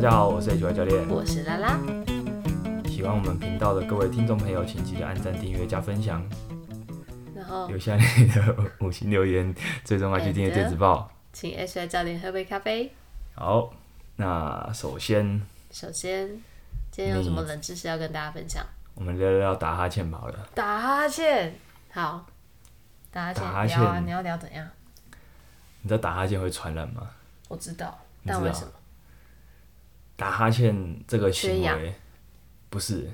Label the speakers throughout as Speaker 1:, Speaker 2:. Speaker 1: 家好，我是 HY 教练。
Speaker 2: 我是拉拉，
Speaker 1: 喜欢我们频道的各位听众朋友，请记得按赞、订阅、加分享，
Speaker 2: 然后
Speaker 1: 留下你的五星留言，最终还去订阅电子报。
Speaker 2: 请 H I 教练喝杯咖啡。
Speaker 1: 好，那首先
Speaker 2: 首先，今天有什么冷知识要跟大家分享？
Speaker 1: 我们聊聊打哈欠吧好了。
Speaker 2: 打哈欠，好，打哈欠，
Speaker 1: 打哈欠
Speaker 2: 聊啊，你要聊怎样？
Speaker 1: 你知道打哈欠会传染吗？
Speaker 2: 我知道，
Speaker 1: 你知道
Speaker 2: 但为什么？
Speaker 1: 打哈欠这个行
Speaker 2: 缺氧
Speaker 1: 为不是，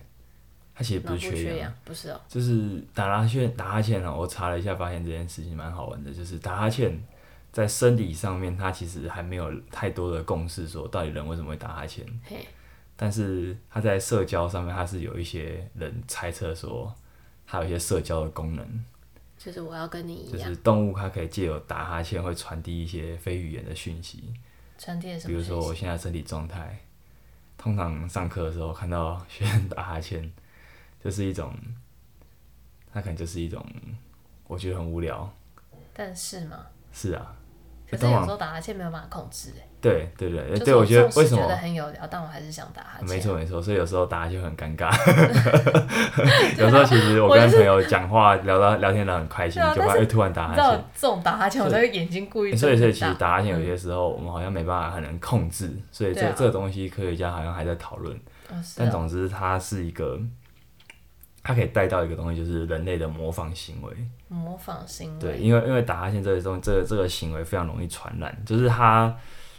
Speaker 1: 它其实
Speaker 2: 脑
Speaker 1: 不是
Speaker 2: 部
Speaker 1: 缺啊
Speaker 2: 缺
Speaker 1: 氧，
Speaker 2: 氧，不是哦，
Speaker 1: 就是打哈欠。打哈欠啊，我查了一下，发现这件事情蛮好玩的，就是打哈欠在生理上面，它其实还没有太多的共识，说到底人为什么会打哈欠。
Speaker 2: 嘿，
Speaker 1: 但是它在社交上面，它是有一些人猜测说，它有一些社交的功能，
Speaker 2: 就是我要跟你一
Speaker 1: 就
Speaker 2: 样，
Speaker 1: 是动物它可以借由打哈欠会传递一些非语言的讯息，
Speaker 2: 传递了什
Speaker 1: 比
Speaker 2: 么
Speaker 1: 如
Speaker 2: 讯
Speaker 1: 说我
Speaker 2: 息？
Speaker 1: 现在身体状态。通常上课的时候看到学生打哈欠，就是一种，它可能就是一种，我觉得很无聊。
Speaker 2: 但是嘛，
Speaker 1: 是啊，
Speaker 2: 可是
Speaker 1: 当然
Speaker 2: 有时候打哈欠没有办法控制，哎，
Speaker 1: 对对对
Speaker 2: 就是
Speaker 1: 对，我觉得
Speaker 2: 纵
Speaker 1: 为什
Speaker 2: 使觉得
Speaker 1: 么？
Speaker 2: 很有聊，但我还是想打哈欠。
Speaker 1: 没错没错，所以有时候打哈欠会很尴 尬。有时候其实我
Speaker 2: 啊我
Speaker 1: 跟
Speaker 2: 就是
Speaker 1: 朋友讲话聊到聊天聊得很开心
Speaker 2: 对啊，
Speaker 1: 就
Speaker 2: 但
Speaker 1: 会
Speaker 2: 是
Speaker 1: 哎突然打
Speaker 2: 你
Speaker 1: 哈
Speaker 2: 知道
Speaker 1: 欠。
Speaker 2: 这种打哈欠，我都会眼睛故意
Speaker 1: 欸所以，所以其
Speaker 2: 睁
Speaker 1: 实
Speaker 2: 很大
Speaker 1: 打哈欠有些时候我们好像没办法很能控制，所以这、
Speaker 2: 嗯对啊
Speaker 1: 这个东西科学家好像还在讨论。
Speaker 2: 哦是
Speaker 1: 但
Speaker 2: 哦，
Speaker 1: 总之，它是一个，它可以带到一个东西，就是人类的模仿行为。
Speaker 2: 模仿行
Speaker 1: 对，
Speaker 2: 为，
Speaker 1: 因为因为打哈欠这个东这个这个行为非常容易传染，就是它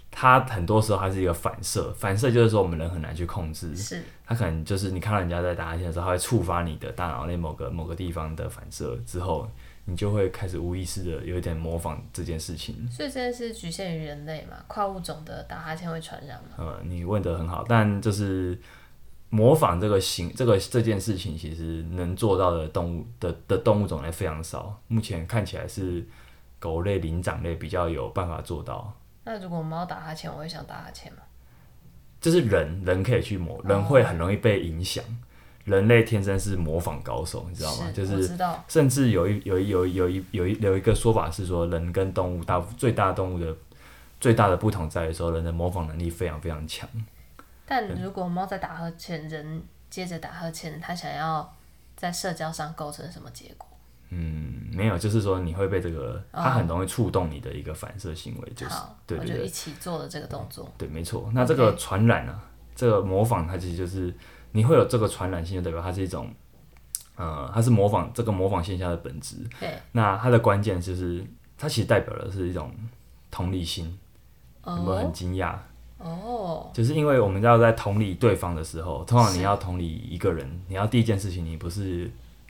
Speaker 1: 它很多时候它是一个反射，反射就是说我们人很难去控制，
Speaker 2: 是啊
Speaker 1: 它可能就是你看到人家在打哈欠的时候，它会触发你的大脑内某个某个地方的反射之后，你就会开始无意识的有一点模仿这件事情。
Speaker 2: 所以这件事局限于人类嘛？跨物种的打哈欠会传染吗？
Speaker 1: 呃，你问得很好，但就是模仿这个行这个这件事情，其实能做到的动物的的动物种类非常少。目前看起来是狗类、灵长类比较有办法做到，
Speaker 2: 那如果猫打哈欠，我会想打哈欠吗？
Speaker 1: 就是人人可以去模，人
Speaker 2: 哦
Speaker 1: 会很容易被影响。人类天生是模仿高手，你知道吗？就
Speaker 2: 我
Speaker 1: 是
Speaker 2: 知道，
Speaker 1: 甚至有一有一有一有一有一有一个说法是说，人跟动物大最大动物的最大的不同在于说，人的模仿能力非常非常强。
Speaker 2: 但如果猫在打哈欠，人接着打哈欠，它想要在社交上构成什么结果？
Speaker 1: 嗯，没有，就是说你会被这个，它很容易触动你的一个反射行为，就是
Speaker 2: 嗯好，
Speaker 1: 对
Speaker 2: 我
Speaker 1: 对
Speaker 2: 就一
Speaker 1: 对
Speaker 2: 起做了这个动作。
Speaker 1: 对，没错。那这个传染啊，这个模仿它其实就是你会有这个传染性，就代表它是一种，呃，它是模仿这个模仿现象的本质。
Speaker 2: 对，
Speaker 1: 那它的关键就是它其实代表的是一种同理心，有没有很
Speaker 2: 哦
Speaker 1: 惊讶？
Speaker 2: 哦，
Speaker 1: 就是因为我们要在同理对方的时候，通常你
Speaker 2: 是
Speaker 1: 要同理一个人，你要第一件事情，你不是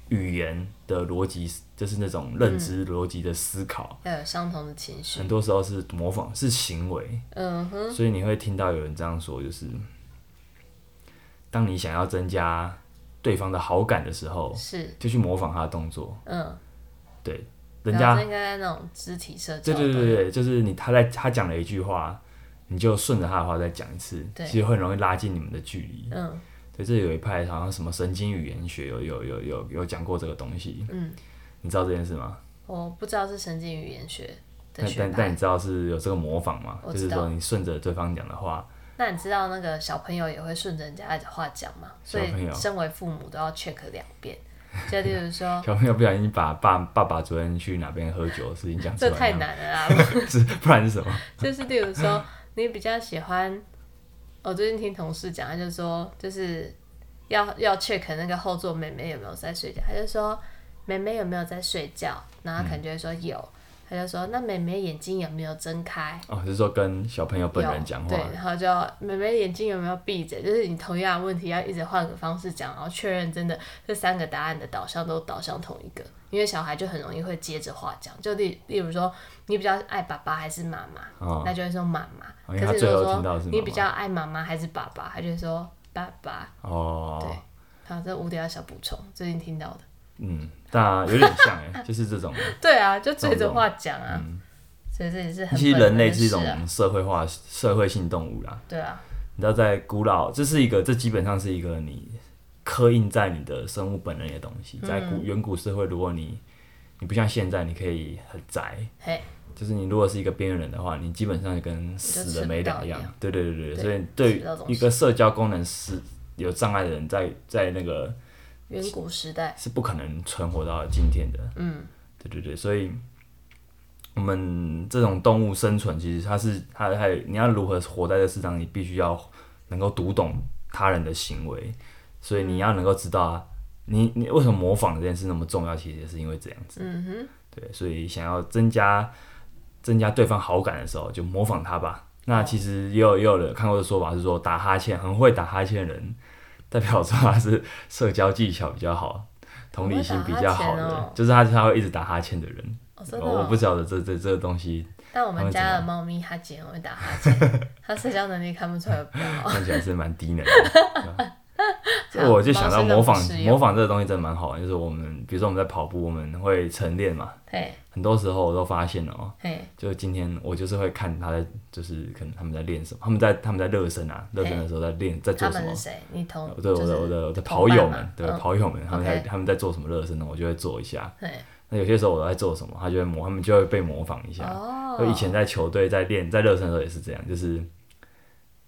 Speaker 1: 语言的逻辑，就是那种认知逻辑的思考。
Speaker 2: 要有相同的情绪。
Speaker 1: 很多时候是模仿，是行为，
Speaker 2: 嗯哼，
Speaker 1: 所以你会听到有人这样说，就是当你想要增加对方的好感的时候，
Speaker 2: 是，
Speaker 1: 就去模仿他的动作，
Speaker 2: 嗯，
Speaker 1: 对，人
Speaker 2: 然后
Speaker 1: 家
Speaker 2: 这，应该在那种肢体社
Speaker 1: 对
Speaker 2: 交
Speaker 1: 对
Speaker 2: 的。
Speaker 1: 对对，就是你他在他讲了一句话，你就顺着他的话再讲一次，
Speaker 2: 对
Speaker 1: 其实会很容易拉近你们的距离。
Speaker 2: 嗯
Speaker 1: 对，这有一派好像什么神经语言学有有有有有讲过这个东西，
Speaker 2: 嗯，
Speaker 1: 你知道这件事吗？
Speaker 2: 我不知道是神经语言学的
Speaker 1: 但
Speaker 2: 学
Speaker 1: 但但
Speaker 2: 派
Speaker 1: 你。知道是有这个模仿吗？
Speaker 2: 我
Speaker 1: 就
Speaker 2: 知
Speaker 1: 是
Speaker 2: 道
Speaker 1: 说你顺着对方讲的话，
Speaker 2: 那你知道那个小朋友也会顺着人家的话讲吗？所
Speaker 1: 小朋友
Speaker 2: 以身为父母都要 check 两遍。 就例如说，
Speaker 1: 小朋友不小心把爸爸爸昨天去哪边喝酒的事情讲出
Speaker 2: 这
Speaker 1: 来，
Speaker 2: 太，难了啦，
Speaker 1: 是 不然是什么？
Speaker 2: 就是例如说，你比较喜欢，我最近听同事讲，他就说，就是要要 check 那个后座妹妹有没有在睡觉，他就说妹妹有没有在睡觉，然后他可能就会说有，他就说那妹妹眼睛有没有睁开？
Speaker 1: 哦，就是说跟小朋友本人
Speaker 2: 有
Speaker 1: 讲话
Speaker 2: 对，，然后就妹妹眼睛有没有闭着，就是你同样的问题要一直换个方式讲，然后确认真的这三个答案的导向都导向同一个，因为小孩就很容易会接着话讲，就例例如说你比较爱爸爸还是妈妈，
Speaker 1: 哦
Speaker 2: 那就会说妈妈。
Speaker 1: 哦
Speaker 2: 可
Speaker 1: 因为他
Speaker 2: 是
Speaker 1: 最
Speaker 2: 如
Speaker 1: 后
Speaker 2: 果
Speaker 1: 听到
Speaker 2: 说
Speaker 1: 是妈妈
Speaker 2: 你比较爱妈妈还是爸爸，他就会说爸爸。
Speaker 1: 哦
Speaker 2: 对，好，这无聊小补充，最近听到的。
Speaker 1: 嗯，但有点像 哎，就是这种，
Speaker 2: 对啊，就追着话讲啊，所以这也是很
Speaker 1: 嗯其实
Speaker 2: 笨的
Speaker 1: 人类是一
Speaker 2: 事
Speaker 1: 种
Speaker 2: 啊
Speaker 1: 社会化、社会性动物啦。
Speaker 2: 对啊，
Speaker 1: 你知道，在古老，这是一个，这基本上是一个你刻印在你的生物本能里
Speaker 2: 嗯
Speaker 1: 的东西。在古远古社会，如果你你不像现在，你可以很宅，
Speaker 2: 嘿，
Speaker 1: 就是你如果是一个边缘人的话，你基本上就跟死了没两样。对对对对，所以对于
Speaker 2: 吃不到东西
Speaker 1: 一个社交功能是有障碍的人在，在那个
Speaker 2: 远古时代，
Speaker 1: 是不可能存活到今天的。
Speaker 2: 嗯，
Speaker 1: 对对对，所以我们这种动物生存，其实它是它还有你要如何活在这世上，你必须要能够读懂他人的行为，所以你要能够知道啊，你你为什么模仿这件事那么重要，其实也是因为这样子。
Speaker 2: 嗯哼，
Speaker 1: 对，所以想要增加增加对方好感的时候，就模仿他吧。那其实也有也有人看过的说法是说，打哈欠很会打哈欠的人，代表说他是社交技巧比较好，同理心比较好的，
Speaker 2: 很会打哈欠哦
Speaker 1: 就是他他会一直打哈欠的人。
Speaker 2: 哦，真的
Speaker 1: 我
Speaker 2: 哦、
Speaker 1: 我不晓得这这这个东西
Speaker 2: 但我们家的猫咪它姐很会打哈 欠，它社交能力看不出来比较好。
Speaker 1: 看起来是蛮低能的。对 吧这我就想到模仿
Speaker 2: 毛线都不适用
Speaker 1: 模仿这个东西真的蛮好玩，就是我们比如说我们在跑步，我们会晨练嘛，
Speaker 2: 嘿，
Speaker 1: 很多时候我都发现了哦、
Speaker 2: 嘿，
Speaker 1: 就今天我就是会看他在，就是可能他们在练什么，他们在他们在热身啊，热身的时候在练在
Speaker 2: 他
Speaker 1: 做什
Speaker 2: 们
Speaker 1: 么
Speaker 2: 是。谁？你同
Speaker 1: 对，我
Speaker 2: 就是
Speaker 1: 的我的我的
Speaker 2: 同
Speaker 1: 跑
Speaker 2: 伴
Speaker 1: 友
Speaker 2: 嘛
Speaker 1: 们，对
Speaker 2: 嗯
Speaker 1: 跑友们，他们在
Speaker 2: OK
Speaker 1: 他们在做什么热身呢？我就会做一下。
Speaker 2: 嘿，
Speaker 1: 那有些时候我在做什么，他就会模，他们就会被模仿一下。
Speaker 2: 哦，
Speaker 1: 就以前在球队在练在热身的时候也是这样，就是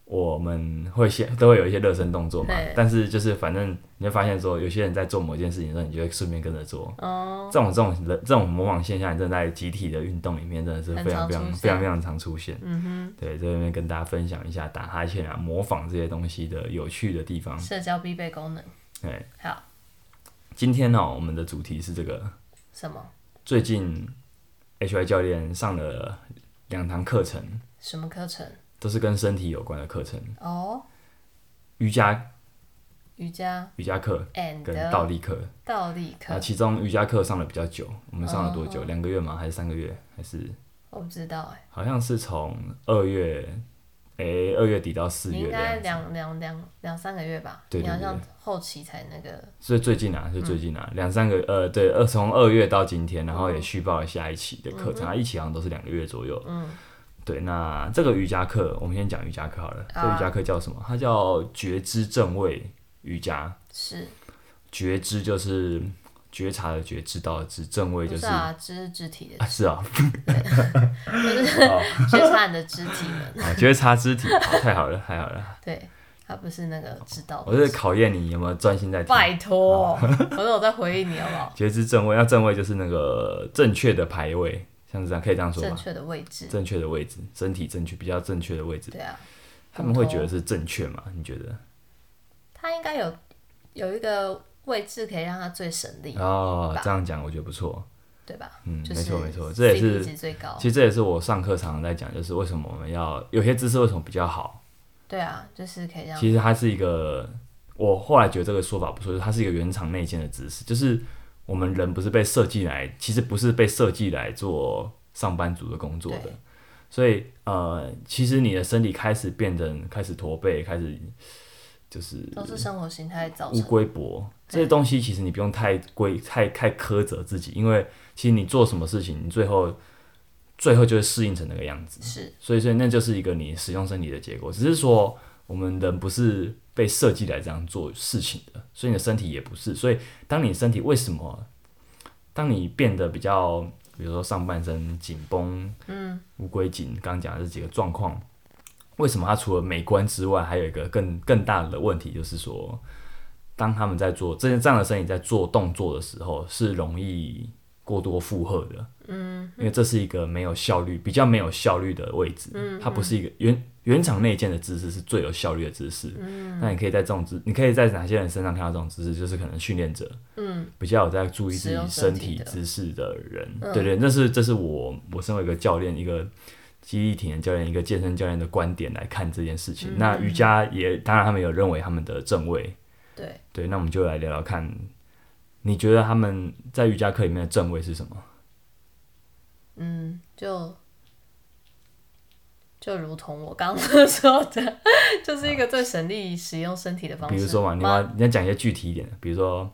Speaker 1: 我们会先都会有一些热身动作嘛
Speaker 2: 对，
Speaker 1: 但是就是反正你会发现说，有些人在做某件事情的时候，你就会顺便跟着做。
Speaker 2: 哦，
Speaker 1: 这种这种人这种模仿现象，真的在集体的运动里面真的是非常非
Speaker 2: 很常
Speaker 1: 常
Speaker 2: 出现
Speaker 1: 非常非常常出现。
Speaker 2: 嗯
Speaker 1: 对，在这边跟大家分享一下打哈欠啊、模仿这些东西的有趣的地方
Speaker 2: 哼，。社交必备功能。
Speaker 1: 对，
Speaker 2: 好，
Speaker 1: 今天呢、我们的主题是这个，
Speaker 2: 什么
Speaker 1: 最近 HY 教练上了两堂课程，
Speaker 2: 什么课程？
Speaker 1: 都是跟身体有关的课程，
Speaker 2: 哦，
Speaker 1: 瑜伽
Speaker 2: 瑜伽
Speaker 1: 瑜伽课
Speaker 2: and
Speaker 1: 跟倒立课。
Speaker 2: 倒立
Speaker 1: 那
Speaker 2: 课，
Speaker 1: 其中瑜伽课上的比较久，我们上了多
Speaker 2: 哦
Speaker 1: 久？两、个月吗？还是三个月？还是
Speaker 2: 我不知道哎，
Speaker 1: 好像是从二月，诶、二月底到四
Speaker 2: 你应
Speaker 1: 月
Speaker 2: 该
Speaker 1: 的样子。
Speaker 2: 两两两两三个月吧？
Speaker 1: 对对对
Speaker 2: 你好像后期才那个
Speaker 1: 所以最近
Speaker 2: 嗯
Speaker 1: 啊，就最近啊，两、三个呃，对，二从二月到今天，然后也续报了下一期的
Speaker 2: 嗯
Speaker 1: 课程，啊、一期好像都是两个月左右。嗯，对，那这个瑜伽课，我们先讲瑜伽课好了。
Speaker 2: 好
Speaker 1: 这
Speaker 2: 啊
Speaker 1: 瑜伽课叫什么？它叫觉知正位瑜伽。
Speaker 2: 是
Speaker 1: 觉知就是觉察的觉，知道的知，正位
Speaker 2: 不
Speaker 1: 就是是
Speaker 2: 啊？这是肢体 的
Speaker 1: 啊，，是啊，
Speaker 2: 就是
Speaker 1: 哦
Speaker 2: 觉察你的肢体们。
Speaker 1: 啊觉察肢体，好太好了，太好 了。
Speaker 2: 对，它不是那个知道的
Speaker 1: 我是考验你有没有专心在听。
Speaker 2: 拜托， 我说我在回应你好不 好？
Speaker 1: 觉知正位，那正位就是那个正确的排位，像是这样可以这样说
Speaker 2: 正
Speaker 1: 吧？
Speaker 2: 确的位置，
Speaker 1: 正确的位置，身体正确，比较正确的位置。
Speaker 2: 对啊，
Speaker 1: 他们会觉得是正确吗？你觉得？
Speaker 2: 它应该有有一个位置可以让它最省力，
Speaker 1: 哦，这样讲我觉得不错。
Speaker 2: 对吧？
Speaker 1: 嗯
Speaker 2: 就是
Speaker 1: 没错没错这也
Speaker 2: CP
Speaker 1: 是
Speaker 2: 值最高
Speaker 1: 其。实这也是我上课常常在讲，就是为什么我们要有些姿势为什么比较好。
Speaker 2: 对啊，就是可以让
Speaker 1: 其实它是一个，我后来觉得这个说法不错，就是它是一个原厂内建的姿势，就是我们人不是被设计来，其实不是被设计来做上班族的工作的
Speaker 2: 对。
Speaker 1: 所以呃，其实你的身体开始变成开始驼背，开始就是
Speaker 2: 都是生活形态造
Speaker 1: 乌
Speaker 2: 成。
Speaker 1: 龟脖这些东西，其实你不用太规太太苛责自己，因为其实你做什么事情，你最后最后就会适应成那个样子。
Speaker 2: 是
Speaker 1: 所以，所以那就是一个你使用身体的结果。只是说，我们人不是被设计来这样做事情的，所以你的身体也不是。所以，当你身体为什么，当你变得比较，比如说上半身紧绷，嗯，乌龟颈，刚刚讲的这几个状况，为什么它除了美观之外，还有一个更更大的问题，就是说，当他们在做这这样的身体在做动作的时候，是容易过多负荷的。
Speaker 2: 嗯
Speaker 1: 因为这是一个没有效率、比较没有效率的位置，
Speaker 2: 嗯
Speaker 1: 它不是一个原原厂内建的姿势是最有效率的姿势。
Speaker 2: 嗯
Speaker 1: 那你可以在这种姿，你可以在哪些人身上看到这种姿势？就是可能训练者，嗯，比较有在注意自
Speaker 2: 使
Speaker 1: 己
Speaker 2: 用
Speaker 1: 身
Speaker 2: 身体
Speaker 1: 体
Speaker 2: 的嗯
Speaker 1: 姿势的人，对对，那是这是我我身为一个教练，一个肌力体能教练，一个健身教练的观点来看这件事
Speaker 2: 嗯
Speaker 1: 情。那瑜伽也当然他们有认为他们的正位，
Speaker 2: 对
Speaker 1: 对，那我们就来聊聊看，你觉得他们在瑜伽课里面的正位是什么？
Speaker 2: 嗯，就就如同我刚刚说的， 就是一个最省力使用身体的方式。
Speaker 1: 啊比如说嘛，你
Speaker 2: 妈
Speaker 1: 要你要讲一些具体一点的，比如说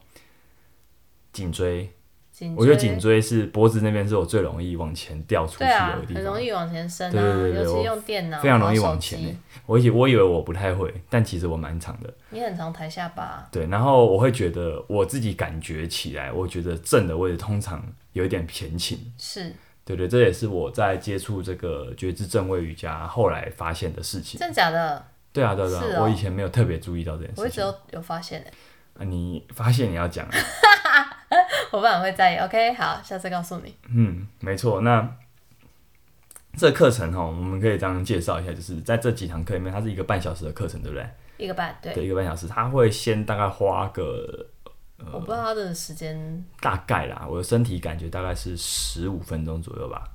Speaker 1: 颈椎，
Speaker 2: 颈
Speaker 1: 我觉得
Speaker 2: 椎
Speaker 1: 颈椎是脖子那边是我最容易往前掉出去
Speaker 2: 对啊
Speaker 1: 的，地
Speaker 2: 很
Speaker 1: 方，
Speaker 2: 容易往前伸啊，
Speaker 1: 对对对对
Speaker 2: 尤
Speaker 1: 我
Speaker 2: 其用电脑，
Speaker 1: 非常
Speaker 2: 然后
Speaker 1: 容易
Speaker 2: 手
Speaker 1: 往前
Speaker 2: 机
Speaker 1: 欸我以我以为我不太会，但其实我蛮长的。
Speaker 2: 你很常抬下巴，啊
Speaker 1: 对，然后我会觉得我自己感觉起来，我觉得正的位置通常有一点偏倾，
Speaker 2: 是
Speaker 1: 对对，这也是我在接触这个觉知正位瑜伽后来发现的事情。
Speaker 2: 真的假的？
Speaker 1: 对啊，对啊，对
Speaker 2: 是
Speaker 1: 啊
Speaker 2: 哦
Speaker 1: 我以前没有特别注意到这件
Speaker 2: 我
Speaker 1: 事
Speaker 2: 一直
Speaker 1: 情。
Speaker 2: 有有发现 诶，
Speaker 1: 啊、你发现你要讲啊，
Speaker 2: 我爸很会在意。OK，好，下次告诉你。
Speaker 1: 嗯，没错。那这课程哈，我们可以这样介绍一下，就是在这几堂课里面，它是一个半小时的课程，对不对？
Speaker 2: 一个半，对，
Speaker 1: 对，一个半小时，它会先大概花个
Speaker 2: 我不知道
Speaker 1: 呃
Speaker 2: 他的时间
Speaker 1: 大概啦，我的身体感觉大概是十五分钟左右吧。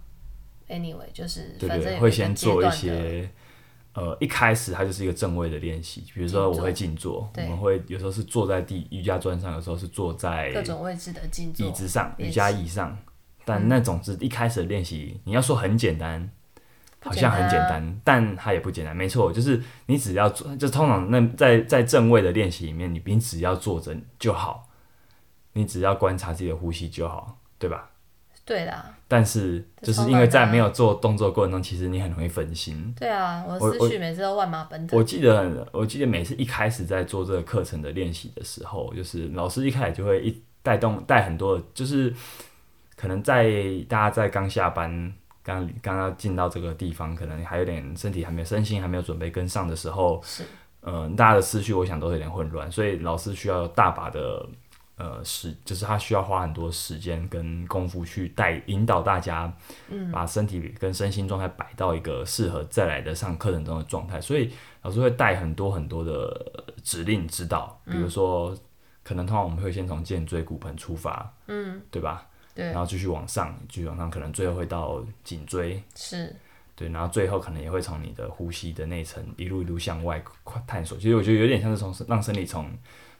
Speaker 2: ，anyway，就是
Speaker 1: 对
Speaker 2: 反正
Speaker 1: 对，
Speaker 2: 有
Speaker 1: 会
Speaker 2: 个
Speaker 1: 先
Speaker 2: 阶
Speaker 1: 做一
Speaker 2: 段的
Speaker 1: 些，呃，一开始它就是一个正位的练习，比如说我会静坐，我
Speaker 2: 对
Speaker 1: 们会有时候是坐在地瑜伽砖上，有时候是坐在
Speaker 2: 各种位置的静坐
Speaker 1: 椅，子上，
Speaker 2: 练
Speaker 1: 瑜
Speaker 2: 习嗯
Speaker 1: 伽椅上。但那种是一开始的练习，你要说很简单，
Speaker 2: 不
Speaker 1: 好像很简
Speaker 2: 简单
Speaker 1: 单，但它也不简单。没错，就是你只要做，就通常那在在正位的练习里面，你你只要坐着就好，你只要观察自己的呼吸就好，对吧？
Speaker 2: 对啦，
Speaker 1: 但是
Speaker 2: 这
Speaker 1: 就
Speaker 2: 超
Speaker 1: 是因为在
Speaker 2: 难的啊
Speaker 1: 没有做动作过程中，其实你很容易分心。
Speaker 2: 对啊，我
Speaker 1: 我
Speaker 2: 思
Speaker 1: 我
Speaker 2: 绪每次都万马奔腾，
Speaker 1: 我记得很，我记得每次一开始在做这个课程的练习的时候，就是老师一开始就会一带动带很多的，就是可能在大家在刚下班、刚刚要进到这个地方，可能还有点身体还没有、身心还没有准备跟上的时候，
Speaker 2: 是
Speaker 1: 嗯、大家的思绪我想都有点混乱，所以老师需要大把的呃时，就是他需要花很多时间跟功夫去带引导大家，把身体跟身心状态摆到一个适合再来的上课程中的状态，所以老师会带很多很多的呃指令指导，
Speaker 2: 嗯
Speaker 1: 比如说、可能通常我们会先从颈椎骨盆出发，嗯，对吧？
Speaker 2: 对
Speaker 1: 然，后继续往上，继续往上，可能最后会到颈椎，
Speaker 2: 是
Speaker 1: 对，然后最后可能也会从你的呼吸的内层一路一路向外快探索。其实我觉得有点像是从让身体从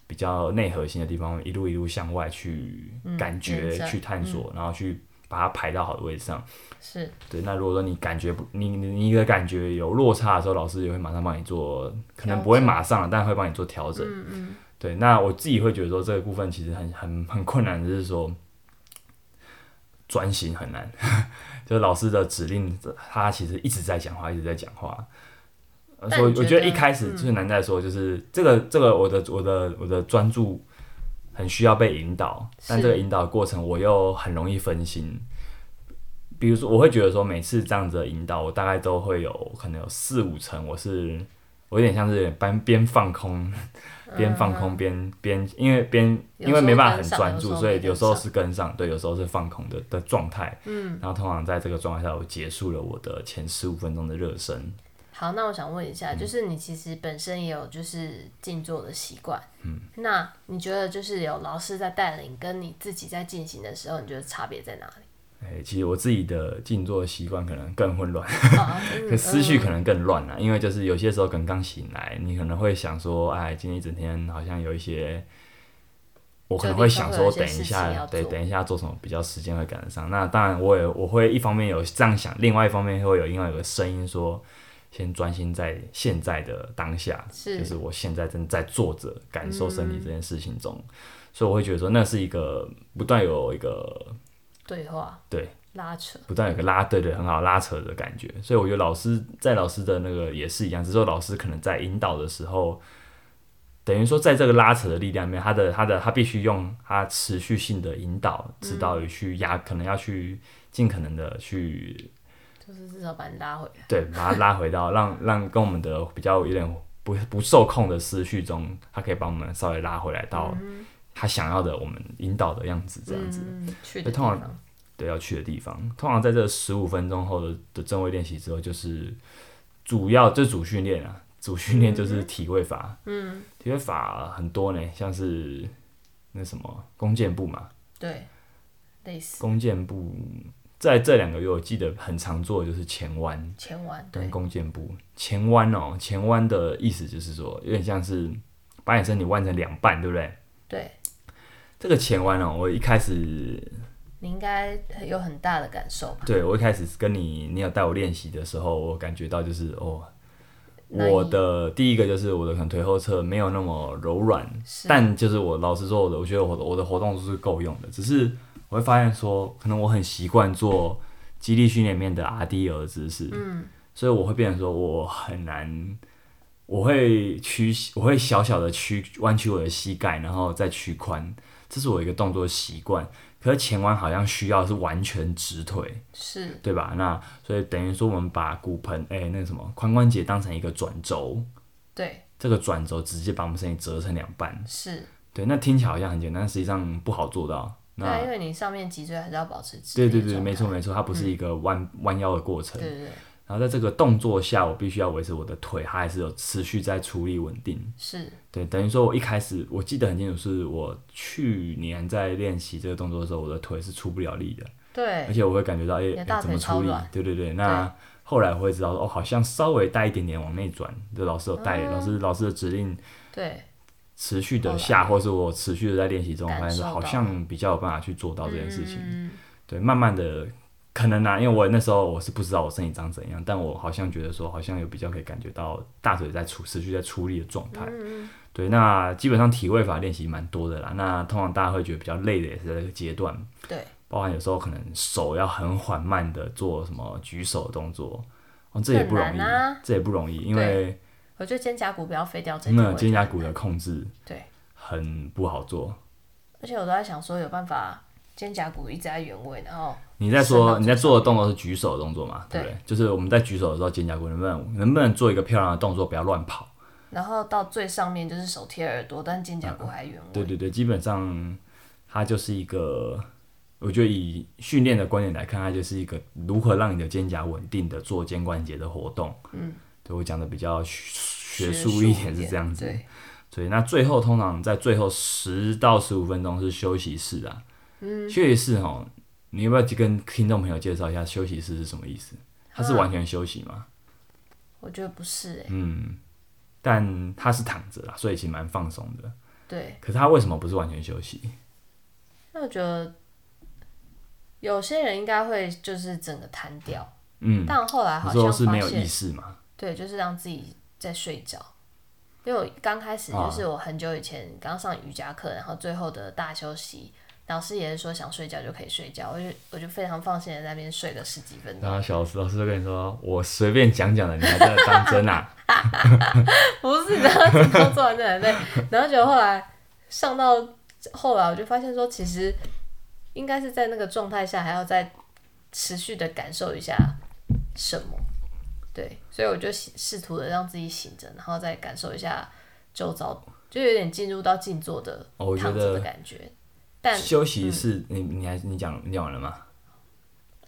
Speaker 1: 比较内核心的地方一路一路向外去感觉、
Speaker 2: 嗯延展嗯
Speaker 1: 去探索，然后去把它排到好的位置上。
Speaker 2: 是，
Speaker 1: 对，那如果说你感觉不，你你你的感觉有落差的时候，老师也会马上帮你做，可能不会马上了，但会帮你做调整。
Speaker 2: 嗯嗯，
Speaker 1: 对，那我自己会觉得说这个部分其实很很很困难，就是说专心很难， 就是老师的指令，他其实一直在讲话，一直在讲话。呃
Speaker 2: 但
Speaker 1: 所以
Speaker 2: 你
Speaker 1: 我
Speaker 2: 觉
Speaker 1: 觉
Speaker 2: 得嗯
Speaker 1: 得一开始最难在说，就是、这个这个我的我的我的专注很需要被引导，但
Speaker 2: 是
Speaker 1: 这个引导的过程我又很容易分心。比如说，我会觉得说每次这样子的引导，我大概都会有可能有四五成，我是我有点像是有点边边放空，边放空边边，因为边
Speaker 2: 有
Speaker 1: 因为
Speaker 2: 时候
Speaker 1: 没办法很
Speaker 2: 跟上
Speaker 1: 专
Speaker 2: 有时
Speaker 1: 注，
Speaker 2: 候
Speaker 1: 所
Speaker 2: 没
Speaker 1: 以
Speaker 2: 跟
Speaker 1: 有时候
Speaker 2: 上
Speaker 1: 是跟上，对，有时候是放空的的状态。嗯，然后通常在这个状态下，我结束了我的前十五分钟的热身。
Speaker 2: 好，那我想问一
Speaker 1: 嗯
Speaker 2: 下，就是你其实本身也有就是静坐的习惯，嗯，那你觉得就是有老师在带领，跟你自己在进行的时候，你觉得差别在哪 里？
Speaker 1: 哎、其实我自己的静坐习惯可能更混乱，
Speaker 2: 啊嗯
Speaker 1: 可思绪可能更乱啊了、因为就是有些时候可能刚醒来，你可能会想说，哎，今天一整天好像有一些，我可能会想说，
Speaker 2: 就
Speaker 1: 等
Speaker 2: 立刻会有一些
Speaker 1: 一
Speaker 2: 事情
Speaker 1: 下
Speaker 2: 要，
Speaker 1: 对，
Speaker 2: 做
Speaker 1: 等一下做什么比较时间会赶得上。那当然，我也我会一方面有这样想，另外一方面会有另外有个声音说，先专心在现在的当下，
Speaker 2: 是嗯
Speaker 1: 就是我现在正在坐着感受身体这件事情中，所以我会觉得说，那是一个不断有一个
Speaker 2: 对话
Speaker 1: 对。
Speaker 2: 拉扯，
Speaker 1: 不断有个拉对对很好拉扯的感觉，所以我觉得老师在老师的那个也是一样，只是说老师可能在引导的时候，等于说在这个拉扯的力量里面，他的他的他必须用他持续性的引导，指导于去压，可能要去尽可能的去
Speaker 2: 就是至少把你拉回来，
Speaker 1: 对把它拉回到让让跟我们的比较有点不不受控的思绪中，他可以把我们稍微拉回来到他想要的我们引导的样子这样子。
Speaker 2: 嗯，去
Speaker 1: 以
Speaker 2: 的地
Speaker 1: 通常
Speaker 2: 方，
Speaker 1: 对要去的地方。通常在这十五分钟后的的正位练习之后，就是主要就是主训练啊，主训练就是体位法。嗯，体位法很多呢，像是那什么弓箭步嘛，
Speaker 2: 对，类似
Speaker 1: 弓箭步在这两个月我记得很常做的就是前弯
Speaker 2: 前弯，
Speaker 1: 跟
Speaker 2: 对，
Speaker 1: 弓箭步。前弯哦，前弯的意思就是说，有点像是把你身体弯成两半，对不对？
Speaker 2: 对，
Speaker 1: 这个前弯哦，我一开始
Speaker 2: 你应该有很大的感受吧？
Speaker 1: 对我一开始跟你，你有带我练习的时候，我感觉到就是哦，
Speaker 2: 那你
Speaker 1: 我的第一个就是我的可能腿后侧没有那么柔软，
Speaker 2: 是，
Speaker 1: 但就是我老实说，我的我觉得我的我的活动度是够用的，只是我会发现说，可能我很习惯做肌力训练里面的 RDL 的姿势，嗯，所以我会变成说我很难。我会屈，我会小小的屈弯曲我的膝盖，然后再屈髋，这是我一个动作习惯。可是前弯好像需要是完全直腿，
Speaker 2: 是
Speaker 1: 对吧？那所以等于说我们把骨盆哎、那个什么髋关节当成一个转轴，
Speaker 2: 对，
Speaker 1: 这个转轴直接把我们身体折成两半。
Speaker 2: 是，
Speaker 1: 对，那听起来好像很简单，实际上不好做到。
Speaker 2: 对啊，
Speaker 1: 那
Speaker 2: 因为你上面脊椎还是要保持直
Speaker 1: 对
Speaker 2: 立
Speaker 1: 对
Speaker 2: 的
Speaker 1: 对，
Speaker 2: 状
Speaker 1: 没
Speaker 2: 态嗯
Speaker 1: 错没错，它不是一个弯弯腰的过程
Speaker 2: 对。对对，
Speaker 1: 然后在这个动作下，我必须要维持我的腿，它还是有持续在处理稳定。
Speaker 2: 是
Speaker 1: 对，等于说我一开始我记得很清楚，是我去年在练习这个动作的时候，我的腿是出不了力的，而
Speaker 2: 对
Speaker 1: 且我会感觉到哎、
Speaker 2: 你的大
Speaker 1: 哎怎么
Speaker 2: 腿超
Speaker 1: 出力
Speaker 2: 软？
Speaker 1: 对对对，那后来我会知道说哦，好像稍微带一点点往内转，就老师有带、老师老师的指令
Speaker 2: 对，
Speaker 1: 持续
Speaker 2: 嗯后
Speaker 1: 的
Speaker 2: 来
Speaker 1: 下，或是我持续的在练习中，我
Speaker 2: 感
Speaker 1: 发现说
Speaker 2: 受到
Speaker 1: 好像比较有办法去做到这件事情。
Speaker 2: 嗯
Speaker 1: 对，慢慢的可能啊，因为我那时候我是不知道我身体长怎样，但我好像觉得说，好像有比较可以感觉到大腿在处持续在出力的状态。
Speaker 2: 嗯
Speaker 1: 对，那基本上体位法练习蛮多的啦。那通常大家会觉得比较累的也是在这个阶段，
Speaker 2: 对，
Speaker 1: 包含有时候可能手要很缓慢的做什么举手的动作，哦，这也不容
Speaker 2: 很
Speaker 1: 易，
Speaker 2: 难啊
Speaker 1: 这也不容易，因为
Speaker 2: 我觉得肩胛骨不要飞掉这一
Speaker 1: 那
Speaker 2: 点，
Speaker 1: 嗯肩胛骨的控制
Speaker 2: 对，
Speaker 1: 很不好做。
Speaker 2: 而且我都在想说有办法肩胛骨一直在原位，然后
Speaker 1: 你在
Speaker 2: 伸到
Speaker 1: 说
Speaker 2: 最
Speaker 1: 你在做的动作是举手的动作嘛？
Speaker 2: 对
Speaker 1: 对不对？就是我们在举手的时候，肩胛骨能不能能不能做一个漂亮的动作，不要乱跑？
Speaker 2: 然后到最上面就是手贴耳朵，但肩胛骨还原位。
Speaker 1: 啊对对对，基本上它就是一个，我觉得以训练的观点来看，它就是一个如何让你的肩胛稳定的做肩关节的活动。嗯，对我讲的比较学学术一点是这样子。
Speaker 2: 对，
Speaker 1: 对，那最后通常在最后十到十五分钟是休息室啊。嗯，休息室哦，你要不要跟听众朋友介绍一下休息室是什么意思？它是完全休息吗？
Speaker 2: 我觉得不是哎、
Speaker 1: 嗯，但它是躺着啦，所以其实蛮放松的。
Speaker 2: 对，
Speaker 1: 可是它为什么不是完全休息？
Speaker 2: 那我觉得有些人应该会就是整个瘫掉，
Speaker 1: 嗯，
Speaker 2: 但后来
Speaker 1: 你
Speaker 2: 好像
Speaker 1: 说
Speaker 2: 发
Speaker 1: 是
Speaker 2: 现
Speaker 1: 没有意识嘛？
Speaker 2: 对，就是让自己在睡着。因为我刚开始就是我很久以前刚上瑜伽课，然后最后的大休息，老师也是说想睡觉就可以睡觉，我就我就非常放心的在那边睡了十几分钟。
Speaker 1: 然后小老师老师就跟你说，我随便讲讲的，你还真的当真啊？
Speaker 2: 不是，然后自己工作完就很累，然后结果后来上到后来，我就发现说，其实应该是在那个状态下，还要再持续的感受一下什么。对，所以我就试试图的让自己醒着，然后再感受一下周遭，就有点进入到静坐的
Speaker 1: 哦我觉
Speaker 2: 躺着的
Speaker 1: 得
Speaker 2: 感觉，但
Speaker 1: 休息室，你你还你讲你讲完了吗？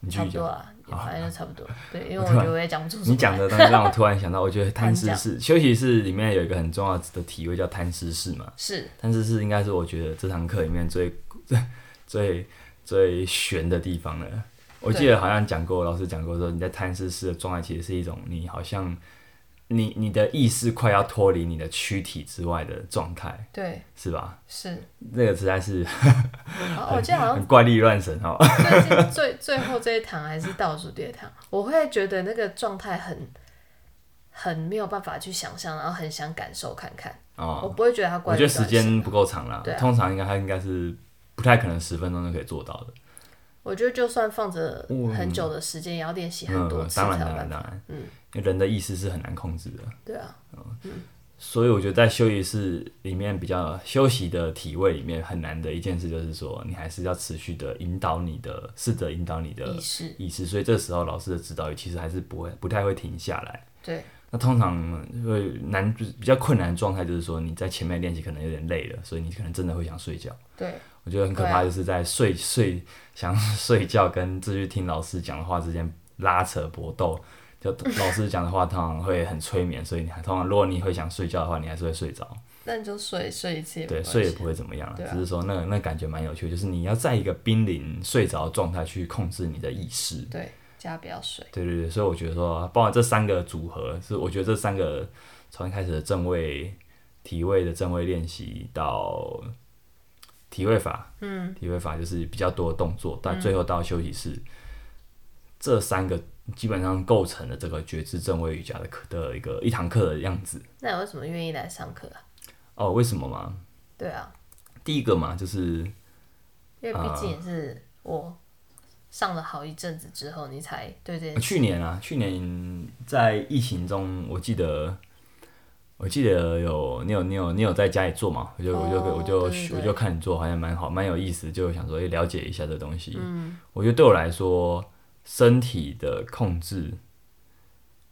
Speaker 1: 你继
Speaker 2: 差
Speaker 1: 续
Speaker 2: 不
Speaker 1: 讲
Speaker 2: 多。啦，反正就差不多。对，因为我
Speaker 1: 我突然
Speaker 2: 觉得我也讲不出什么来。
Speaker 1: 你讲的东西让我突然想到，我 觉得贪
Speaker 2: 突
Speaker 1: 吃
Speaker 2: 然
Speaker 1: 式休息室里面有一个很重要的体位叫贪吃式嘛。
Speaker 2: 是
Speaker 1: 贪吃式应该是我觉得这堂课里面最 最最悬的地方了。我记得好像讲过，老师讲过说，你在贪吃式的状态其实是一种你好像你你的意识快要脱离你的躯体之外的状态，
Speaker 2: 对，
Speaker 1: 是吧？
Speaker 2: 是。
Speaker 1: 那个实在是
Speaker 2: 然后我记得好像
Speaker 1: 很怪力乱神 哦。
Speaker 2: 最近最最后这一堂还是倒数第二堂，我会觉得那个状态很很没有办法去想象，然后很想感受看看。我
Speaker 1: 哦，
Speaker 2: 不会觉得它怪
Speaker 1: 我
Speaker 2: 力
Speaker 1: 觉得
Speaker 2: 乱
Speaker 1: 时
Speaker 2: 神。
Speaker 1: 间不够长啦
Speaker 2: 对，啊
Speaker 1: 通常应该它应该是不太可能十分钟就可以做到的。
Speaker 2: 我觉得就算放着很久的时间，也要练习很多
Speaker 1: 嗯，
Speaker 2: 次才
Speaker 1: 当
Speaker 2: 有
Speaker 1: 然当
Speaker 2: 办
Speaker 1: 然
Speaker 2: 法。
Speaker 1: 当然，嗯，因为人的意识是很难控制的。
Speaker 2: 对啊，
Speaker 1: 所以我觉得在休息室里面比较休息的体位里面很难的一件事，就是说你还是要持续的引导你的，试着引导你的
Speaker 2: 意识
Speaker 1: 意识。所以这时候老师的指导语其实还是不会不太会停下来。
Speaker 2: 对
Speaker 1: 那通常会难比较困难的状态就是说你在前面练习可能有点累了，所以你可能真的会想睡觉。
Speaker 2: 对
Speaker 1: 我觉得很可
Speaker 2: 对
Speaker 1: 怕，
Speaker 2: 啊
Speaker 1: 就是在睡、睡想 睡觉跟继续听老师讲的话之间拉扯搏斗。 就老师讲的话，通常会很催眠，所以你还通常如果你会想睡觉的话，你还是会睡着。
Speaker 2: 那你就睡睡一次也没
Speaker 1: 对，
Speaker 2: 关系
Speaker 1: 睡也不会怎么样了，
Speaker 2: 对啊
Speaker 1: 只是说那个那感觉蛮有趣的，就是你要在一个濒临睡着的状态去控制你的意识。
Speaker 2: 对，加不要睡。
Speaker 1: 对对对，所以我觉得说，包含这三个组合，是我觉得这三个从一开始的正位体位的正位练习到体位法，嗯，体位法就是比较多的动作，但最后到休息室，这三个基本上构成了这个觉知正位瑜伽的课的一个一堂课的样子。
Speaker 2: 那你为什么愿意来上课啊？
Speaker 1: 哦，为什么嘛？
Speaker 2: 对啊，
Speaker 1: 第一个嘛，就是
Speaker 2: 因为
Speaker 1: 啊
Speaker 2: 毕竟也是我上了好一阵子之后，你
Speaker 1: 呃
Speaker 2: 才对这件事
Speaker 1: 去年啊，去年在疫情中，我记得我记得有你有你有你有在家里做嘛？我就我就
Speaker 2: 哦
Speaker 1: 我就
Speaker 2: 对对对
Speaker 1: 我就看你做，好像蛮好蛮有意思，就想说诶了解一下这东西。嗯，我觉得对我来说，身体的控制，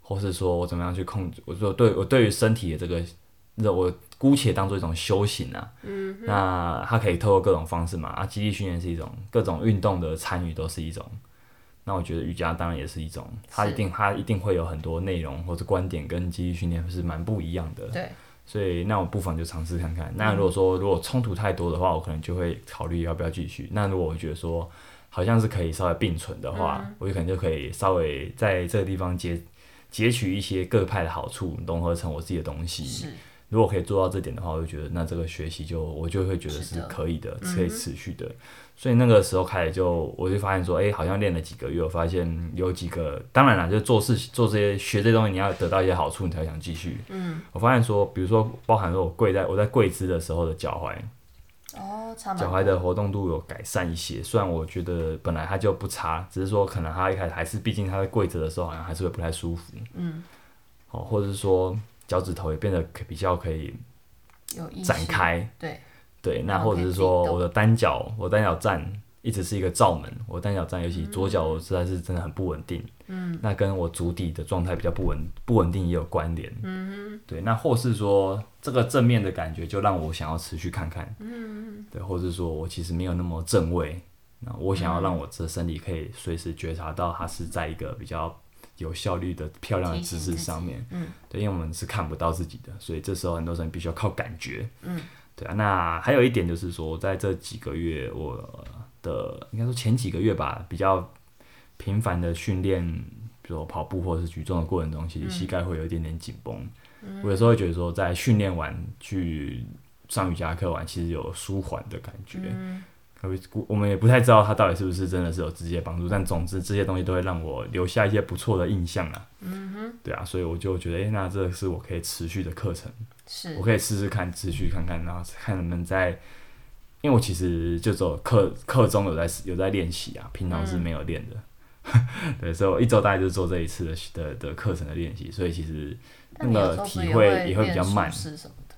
Speaker 1: 或是说我怎么样去控制，我说对我对于身体的这个，那我姑且当做一种修行啊。嗯，那它可以透过各种方式嘛，啊，肌力训练是一种，各种运动的参与都是一种。那我觉得瑜伽当然也是一种，它一
Speaker 2: 是
Speaker 1: 定它一定会有很多内容或者观点跟肌力训练是蛮不一样的。
Speaker 2: 对，
Speaker 1: 所以那我不妨就尝试看看。那如果说如果冲突太多的话，我可能就会考虑要不要继续。那如果我觉得说好像是可以稍微并存的话，我就可能就可以稍微在这个地方截截取一些各派的好处，融合成我自己的东西。
Speaker 2: 是
Speaker 1: 如果可以做到这点的话，我就觉得那这个学习就我就会觉得
Speaker 2: 值
Speaker 1: 是
Speaker 2: 得
Speaker 1: 可以的，嗯可以持续的。所以那个时候开始就我就发现说，哎、好像练了几个月，我发现有几个，当然啦，就做事做这些学这些东西，你要得到一些好处，你才想继续。我发现说，比如说包含说我跪在我在跪姿的时候的脚踝，
Speaker 2: 哦，差蛮
Speaker 1: 脚
Speaker 2: 多
Speaker 1: 踝的活动度有改善一些。虽然我觉得本来它就不差，只是说可能它一开始还是，毕竟它在跪着的时候好像还是会不太舒服。嗯。哦，或者是说脚趾头也变得可比较可以
Speaker 2: 有意识
Speaker 1: 展，开，
Speaker 2: 对，
Speaker 1: 对，那
Speaker 2: 哦
Speaker 1: 或者
Speaker 2: 可以
Speaker 1: 是
Speaker 2: 自己
Speaker 1: 说
Speaker 2: 动
Speaker 1: 我的单脚，我单脚站一直是一个罩门，我单脚站尤其左脚我实在是真的很不稳定，嗯，那跟我足底的状态比较不稳不稳定也有关联，嗯，对，那或是说这个正面的感觉就让我想要持续看看，嗯，对，或是说我其实没有那么正位，那我想要
Speaker 2: 嗯
Speaker 1: 让我这身体可以随时觉察到它是在一个比较有效率的漂亮的
Speaker 2: 提醒
Speaker 1: 姿势
Speaker 2: 自己
Speaker 1: 上面，
Speaker 2: 嗯，
Speaker 1: 对，因为我们是看不到自己的，所以这时候很多人必须要靠感觉，
Speaker 2: 嗯
Speaker 1: 对啊，那还有一点就是说，在这几个月我的应该说前几个月吧，比较频繁的训练，比如说跑步或者是举重的过程中，其实膝盖会有一点点紧绷。我有时候会觉得说，在训练完去上瑜伽课完，其实有舒缓的感觉。可不可以我们也不太知道它到底是不是真的是有直接帮助，但总之这些东西都会让我留下一些不错的印象啊。嗯哼，对啊，所以我就觉得，诶，那这是我可以持续的课程。
Speaker 2: 是
Speaker 1: 我可以试试看，持续看看，然后看能不能在，因为我其实就只有课课中有在有在练习啊，平常是
Speaker 2: 嗯
Speaker 1: 没有练的。 对，所以我一周大概就做这一次的的的课程的练习，所以其实
Speaker 2: 但你
Speaker 1: 那
Speaker 2: 有
Speaker 1: 个
Speaker 2: 时候不
Speaker 1: 体
Speaker 2: 也
Speaker 1: 会
Speaker 2: 会
Speaker 1: 也会比
Speaker 2: 练
Speaker 1: 较
Speaker 2: 手
Speaker 1: 慢
Speaker 2: 势什么的，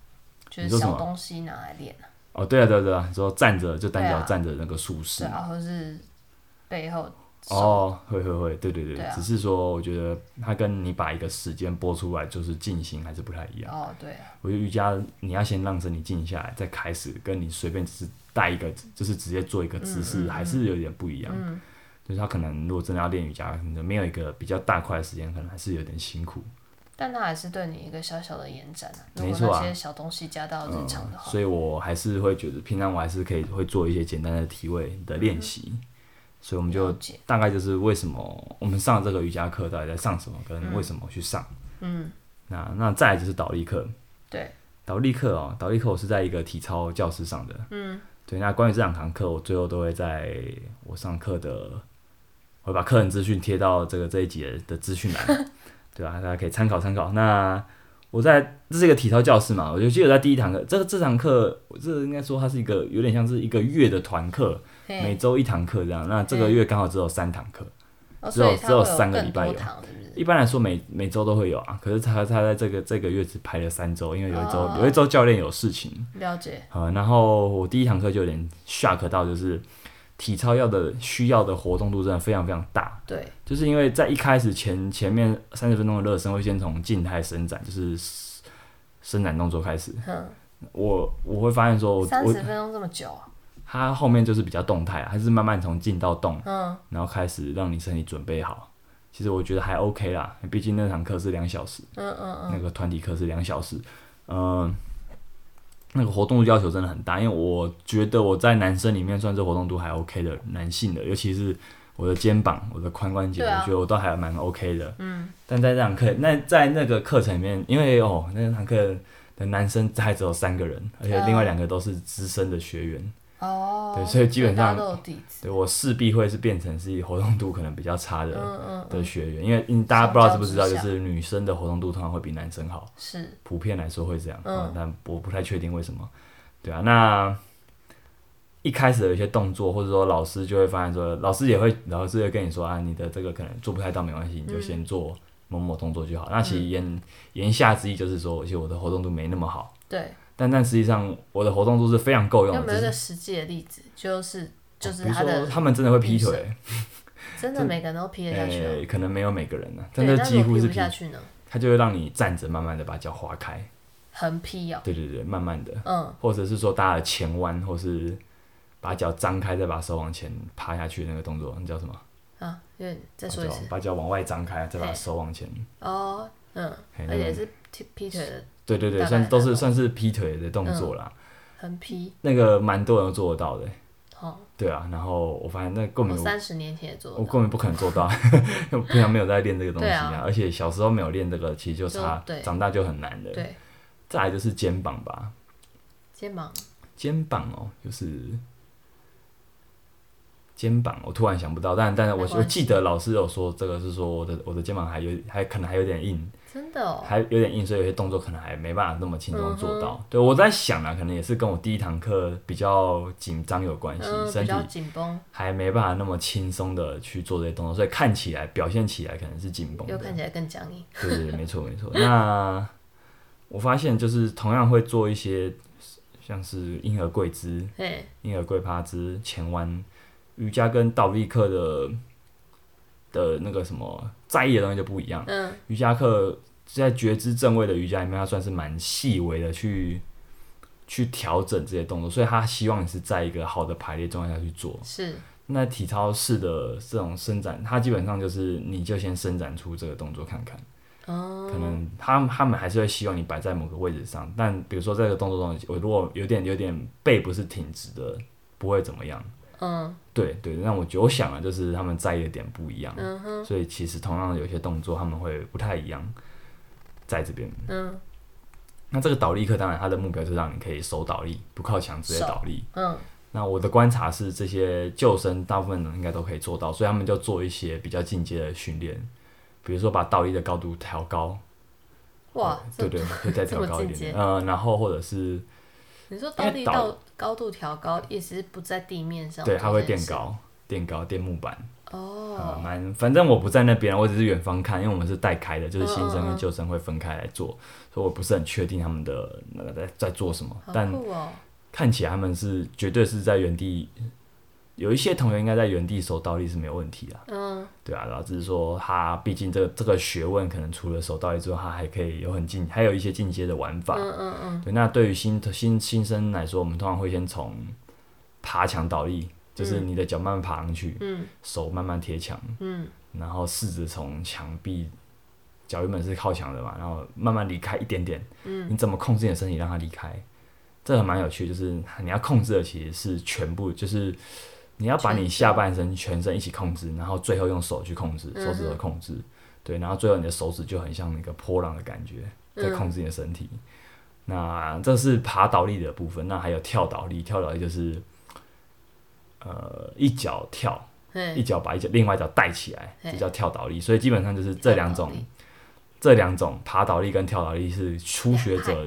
Speaker 2: 就
Speaker 1: 你
Speaker 2: 是
Speaker 1: 说什
Speaker 2: 小
Speaker 1: 么
Speaker 2: 东西拿来练啊，
Speaker 1: 哦，对啊，对啊，对啊，你说站着就单
Speaker 2: 对
Speaker 1: 脚
Speaker 2: 啊
Speaker 1: 站着那个术式
Speaker 2: 对，啊，或是背后手，
Speaker 1: 哦，会会会，对对对，
Speaker 2: 对啊
Speaker 1: 只是说我觉得它跟你把一个时间拨出来就是进行还是不太一样。
Speaker 2: 哦，对啊，
Speaker 1: 我觉得瑜伽你要先让身体静下来，再开始跟你随便只是带一个，就是直接做一个姿
Speaker 2: 嗯
Speaker 1: 势，还是有点不一样。就是他可能如果真的要练瑜伽，可能没有一个比较大块的时间，可能还是有点辛苦。
Speaker 2: 但它还是对你一个小小的延展啊。如
Speaker 1: 没
Speaker 2: 果
Speaker 1: 错
Speaker 2: 那
Speaker 1: 啊嗯
Speaker 2: 些小东西加到哦日常的话，
Speaker 1: 呃所以我还是会觉得，平常我还是可以会做一些简单的体位的练习。所以我们就
Speaker 2: 嗯了解
Speaker 1: 大概就是为什么我们上这个瑜伽课到底在上什么，跟为什么去上。
Speaker 2: 嗯，
Speaker 1: 那那再来就是倒立课，
Speaker 2: 对，
Speaker 1: 倒立课哦，倒立课我是在一个体操教室上的。嗯，对。那关于这两堂课，我最后都会在我上课的，我会把课程资讯贴到这个这一节的资讯栏，对吧、大家可以参考参考。那我在这是一个体操教室嘛，我就记得在第一堂课，这这堂课，我这应该说它是一个有点像是一个月的团课，每
Speaker 2: 嘿，
Speaker 1: 周一堂课这样。那这个月刚好只有三堂课，
Speaker 2: 哦
Speaker 1: 只有
Speaker 2: 所以它
Speaker 1: 只有
Speaker 2: 会
Speaker 1: 三个
Speaker 2: 更
Speaker 1: 礼拜
Speaker 2: 多
Speaker 1: 有
Speaker 2: 堂，是不是？
Speaker 1: 一般来说每每周都会有啊，可是他他在这个这个月只排了三周，因为有一周、
Speaker 2: 哦
Speaker 1: 有一周教练有事情，
Speaker 2: 了解，
Speaker 1: 呃，然后我第一堂课就有点 shock 到，就是体操要的需要的活动度真的非常非常大，
Speaker 2: 对，
Speaker 1: 就是因为在一开始前前面三十分钟的热身会先从静态伸展，就是伸展动作开始，
Speaker 2: 哼，
Speaker 1: 我我会发现说我
Speaker 2: 三
Speaker 1: 我
Speaker 2: 十分钟这么久啊，
Speaker 1: 它后面就是比较动态啊，它是慢慢从静到动，
Speaker 2: 嗯，
Speaker 1: 然后开始让你身体准备好。其实我觉得还 OK 啦，毕竟那堂课是两小时，
Speaker 2: 嗯嗯嗯，
Speaker 1: 那个团体课是两小时，嗯、那个活动度要求真的很大，因为我觉得我在男生里面算是活动度还 OK 的男性的，尤其是我的肩膀、我的髋关节，
Speaker 2: 对啊
Speaker 1: 我觉得我都还蛮 OK 的。嗯，但在这堂课，那在那个课程里面，因为哦，那堂课的男生还只有三个人，而且
Speaker 2: 啊
Speaker 1: 另外两个都是资深的学员，
Speaker 2: 哦，
Speaker 1: 对所以基本
Speaker 2: 大
Speaker 1: 上
Speaker 2: 家都有底子，
Speaker 1: 对我势必会是变成是活动度可能比较差的。
Speaker 2: 嗯嗯
Speaker 1: 的学员，因为因为大家不知道知不知道，就
Speaker 2: 相较
Speaker 1: 是女生的活动度通常会比男生好。
Speaker 2: 是，
Speaker 1: 普遍来说会这样，
Speaker 2: 嗯
Speaker 1: 嗯，但我不太确定为什么。对啊，那一开始有一些动作，或者说老师就会发现说，老师也会，老师也跟你说啊，你的这个可能做不太到，没关系，你就先做某某动作就
Speaker 2: 嗯
Speaker 1: 好。那其实言、言下之意就是说，其实我的活动度没那么好，
Speaker 2: 对，
Speaker 1: 但但实际上我的活动度是非常够用
Speaker 2: 有
Speaker 1: 的。
Speaker 2: 没有
Speaker 1: 只啊是哦
Speaker 2: 一个实际的例子？就是就是
Speaker 1: 比如
Speaker 2: 他
Speaker 1: 说
Speaker 2: 的
Speaker 1: 他们真的会劈
Speaker 2: 女生
Speaker 1: 腿，
Speaker 2: 真的每个人都劈得下去哦，
Speaker 1: 呃，可能没有每个人呢、但
Speaker 2: 对，
Speaker 1: 这
Speaker 2: 那
Speaker 1: 几
Speaker 2: 如果
Speaker 1: 乎
Speaker 2: 劈
Speaker 1: 是
Speaker 2: 不
Speaker 1: 劈，
Speaker 2: 下去呢？
Speaker 1: 它就会让你站着，慢慢的把脚划开。
Speaker 2: 横劈哦，
Speaker 1: 对对对，慢慢的，
Speaker 2: 嗯，
Speaker 1: 或者是说搭了前弯，或是把脚张开，再把手往前趴下去的那个动作，那叫什么？
Speaker 2: 啊，因为再
Speaker 1: 把
Speaker 2: 说一
Speaker 1: 脚
Speaker 2: 次
Speaker 1: 把脚往外张开，再把
Speaker 2: 嘿
Speaker 1: 手往前。
Speaker 2: 哦，嗯，
Speaker 1: 嘿
Speaker 2: 而
Speaker 1: 那个
Speaker 2: 且是劈劈腿的
Speaker 1: 对对对，
Speaker 2: 大概
Speaker 1: 算都
Speaker 2: 那
Speaker 1: 是
Speaker 2: 种
Speaker 1: 算是劈腿的动作
Speaker 2: 嗯
Speaker 1: 啦，
Speaker 2: 横劈，
Speaker 1: 那个蛮多人都做得到的。
Speaker 2: 哦，
Speaker 1: 对啊，然后我发现那根
Speaker 2: 我
Speaker 1: 本我
Speaker 2: 三十年前也做
Speaker 1: 我
Speaker 2: 得到，
Speaker 1: 根本不可能做到， 因为平常没有在练这个东西
Speaker 2: 对啊
Speaker 1: 而且小时候没有练这个，其实就差
Speaker 2: 就对
Speaker 1: 长大就很难的。
Speaker 2: 对，
Speaker 1: 再来就是肩膀吧，
Speaker 2: 肩膀
Speaker 1: 肩膀哦，就是肩膀，我突然想不到，但但是我
Speaker 2: 没关系
Speaker 1: 我记得老师有说这个是说我的我的肩膀还有还可能还有点硬，
Speaker 2: 真的哦，嗯
Speaker 1: 还有点硬，所以有些动作可能还没办法那么轻松做到。对我在想啊，可能也是跟我第一堂课比较紧张有关系，
Speaker 2: 嗯，
Speaker 1: 身
Speaker 2: 比
Speaker 1: 体
Speaker 2: 较紧绷，
Speaker 1: 还没办法那么轻松的去做这些动作，所以看起来表现起来可能是紧绷
Speaker 2: 又
Speaker 1: 的。
Speaker 2: 看起来更僵硬，
Speaker 1: 对对，对没错没错。那我发现就是同样会做一些像是婴儿跪姿，
Speaker 2: 嘿，
Speaker 1: 婴儿跪趴之前弯，瑜伽跟倒立课的的那个什么在意的东西就不一样。
Speaker 2: 嗯，
Speaker 1: 瑜伽课在觉知正位的瑜伽里面，它算是蛮细微的去去调整这些动作，所以他希望你是在一个好的排列状态下去做。
Speaker 2: 是，
Speaker 1: 那体操式的这种伸展，它基本上就是你就先伸展出这个动作看看。
Speaker 2: 哦，
Speaker 1: 可能他他们还是会希望你摆在某个位置上，但比如说在这个动作中，我如果有点有点背不是挺直的，不会怎么样。
Speaker 2: 嗯
Speaker 1: 对对，那我觉得我想啊，就是他们在意的点不一样，
Speaker 2: 嗯哼，
Speaker 1: 所以其实同样的有些动作他们会不太一样，在这边。
Speaker 2: 嗯
Speaker 1: 那这个倒立课当然它的目标就是让你可以手倒立，不靠墙直接
Speaker 2: 手
Speaker 1: 倒立。
Speaker 2: 嗯，
Speaker 1: 那我的观察是，这些救生大部分人应该都可以做到，所以他们就做一些比较进阶的训练，比如说把倒立的高度调高，
Speaker 2: 哇，
Speaker 1: 哦对
Speaker 2: 这
Speaker 1: 对，可以再调
Speaker 2: 这么
Speaker 1: 高一
Speaker 2: 进
Speaker 1: 点
Speaker 2: 阶
Speaker 1: 点，呃，然后或者是
Speaker 2: 你说倒
Speaker 1: 因为
Speaker 2: 立
Speaker 1: 倒
Speaker 2: 到高度调高，意思是不在地面上，
Speaker 1: 对，它会垫，高、垫高、垫木板，啊、
Speaker 2: 哦，
Speaker 1: 蛮、反正我不在那边，我只是远方看，因为我们是带开的，就是新生
Speaker 2: 嗯嗯
Speaker 1: 跟
Speaker 2: 嗯
Speaker 1: 旧生会分开来做，所以我不是很确定他们的那个在在做什么，
Speaker 2: 好
Speaker 1: 但
Speaker 2: 酷哦，
Speaker 1: 看起来他们是绝对是在原地，有一些同学应该在原地手倒立是没有问题啊，
Speaker 2: 嗯，
Speaker 1: 对啊，然后只是说他毕竟这个这个学问可能除了手倒立之后，他还可以有很进，还有一些进阶的玩法，
Speaker 2: 嗯嗯嗯，
Speaker 1: 对，那对于新新新生来说，我们通常会先从爬墙倒立，就是你的脚慢慢爬上去，
Speaker 2: 嗯
Speaker 1: 手慢慢贴墙，
Speaker 2: 嗯，
Speaker 1: 然后试着从墙壁，脚原本是靠墙的嘛，然后慢慢离开一点点。嗯，你怎么控制你的身体让它离开？这个蛮有趣，就是你要控制的其实是全部，就是你要把
Speaker 2: 全
Speaker 1: 你
Speaker 2: 身
Speaker 1: 下半身、全身一起控制，然后最后用手去控制，手指头控制。对，然后最后你的手指就很像那个波浪的感觉，在控制你的身体。那这是爬倒立的部分，那还有跳倒立，跳倒立就是，呃，一脚跳，
Speaker 2: 嘿，
Speaker 1: 一脚把一脚另外一脚带起来，
Speaker 2: 嘿
Speaker 1: 这叫跳倒立。所以基本上就是这两种
Speaker 2: 跳倒立，
Speaker 1: 这两种爬倒立跟跳倒立是初学者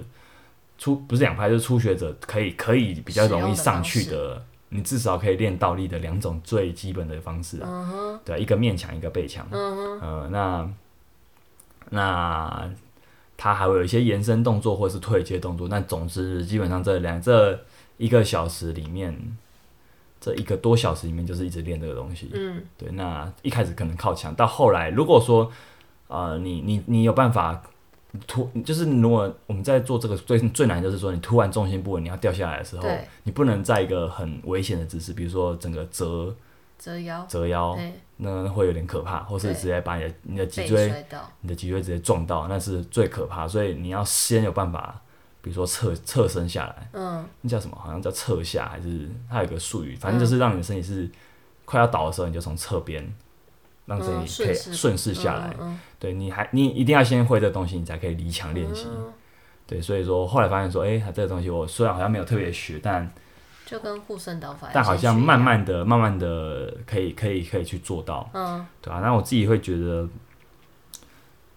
Speaker 1: 初不是两拍，就是初学者可以可以比较容易上去
Speaker 2: 使用
Speaker 1: 的，你至少可以练倒立的两种最基本的方式啊。
Speaker 2: 嗯哼，
Speaker 1: 对啊，一个面墙，一个背墙。
Speaker 2: 嗯哼。
Speaker 1: 呃，那那它还会有一些延伸动作或是退阶动作。那总之，基本上这两这一个小时里面，这一个多小时里面就是一直练这个东西。
Speaker 2: 嗯，
Speaker 1: 对。那一开始可能靠墙，到后来如果说呃，你你你有办法。突就是如果我们在做这个最最难就是说你突然重心不稳你要掉下来的时候
Speaker 2: 对，
Speaker 1: 你不能在一个很危险的姿势，比如说整个折
Speaker 2: 折腰，
Speaker 1: 折腰，
Speaker 2: 哦对，
Speaker 1: 那会有点可怕，或是
Speaker 2: 对
Speaker 1: 直接把你的你的脊
Speaker 2: 被
Speaker 1: 椎
Speaker 2: 摔到，
Speaker 1: 你的脊椎直接撞到，那是最可怕。所以你要先有办法，比如说侧侧身下来，
Speaker 2: 嗯，
Speaker 1: 那叫什么？好像叫侧下，还是它有一个术语，反正就是让你的身体是快要倒的时候，你就从侧边让身
Speaker 2: 嗯
Speaker 1: 体可以
Speaker 2: 顺势
Speaker 1: 顺势下来。
Speaker 2: 嗯
Speaker 1: 对，你还你一定要先会这东西，你才可以离墙练习。
Speaker 2: 嗯
Speaker 1: 对，所以说后来发现说，诶，它这个东西我虽然好像没有特别学，但
Speaker 2: 就跟护身导法，
Speaker 1: 但好像
Speaker 2: 啊
Speaker 1: 慢，慢的、慢慢的可以、可以、可以去做到，
Speaker 2: 嗯，
Speaker 1: 对啊，那我自己会觉得，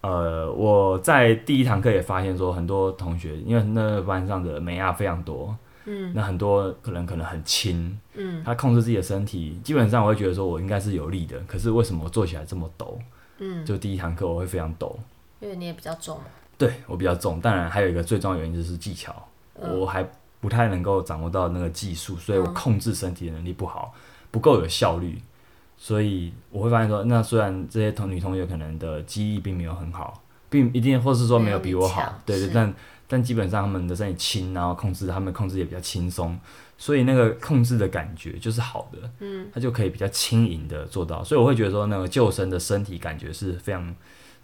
Speaker 1: 呃，我在第一堂课也发现说，很多同学因为那个班上的美亚非常多，嗯，那很多可能可能很轻，嗯，他控制自己的身体，基本上我会觉得说我应该是有力的，可是为什么我做起来这么抖？嗯，就第一堂课我会非常抖，
Speaker 2: 因为你也比较重嘛。
Speaker 1: 对我比较重，当然还有一个最重要的原因就是技巧，
Speaker 2: 嗯
Speaker 1: 我还不太能够掌握到那个技术，所以我控制身体的能力不好，
Speaker 2: 嗯
Speaker 1: 不够有效率，所以我会发现说，那虽然这些同女同学可能的记忆并没有很好，并一定或是说没有比我
Speaker 2: 没有你
Speaker 1: 好
Speaker 2: 强，
Speaker 1: 对对，
Speaker 2: 是
Speaker 1: 但但基本上他们的身体轻，然后控制他们控制也比较轻松，所以那个控制的感觉就是好的，嗯，他就可以比较轻盈的做到，所以我会觉得说，那个救生的身体感觉是非常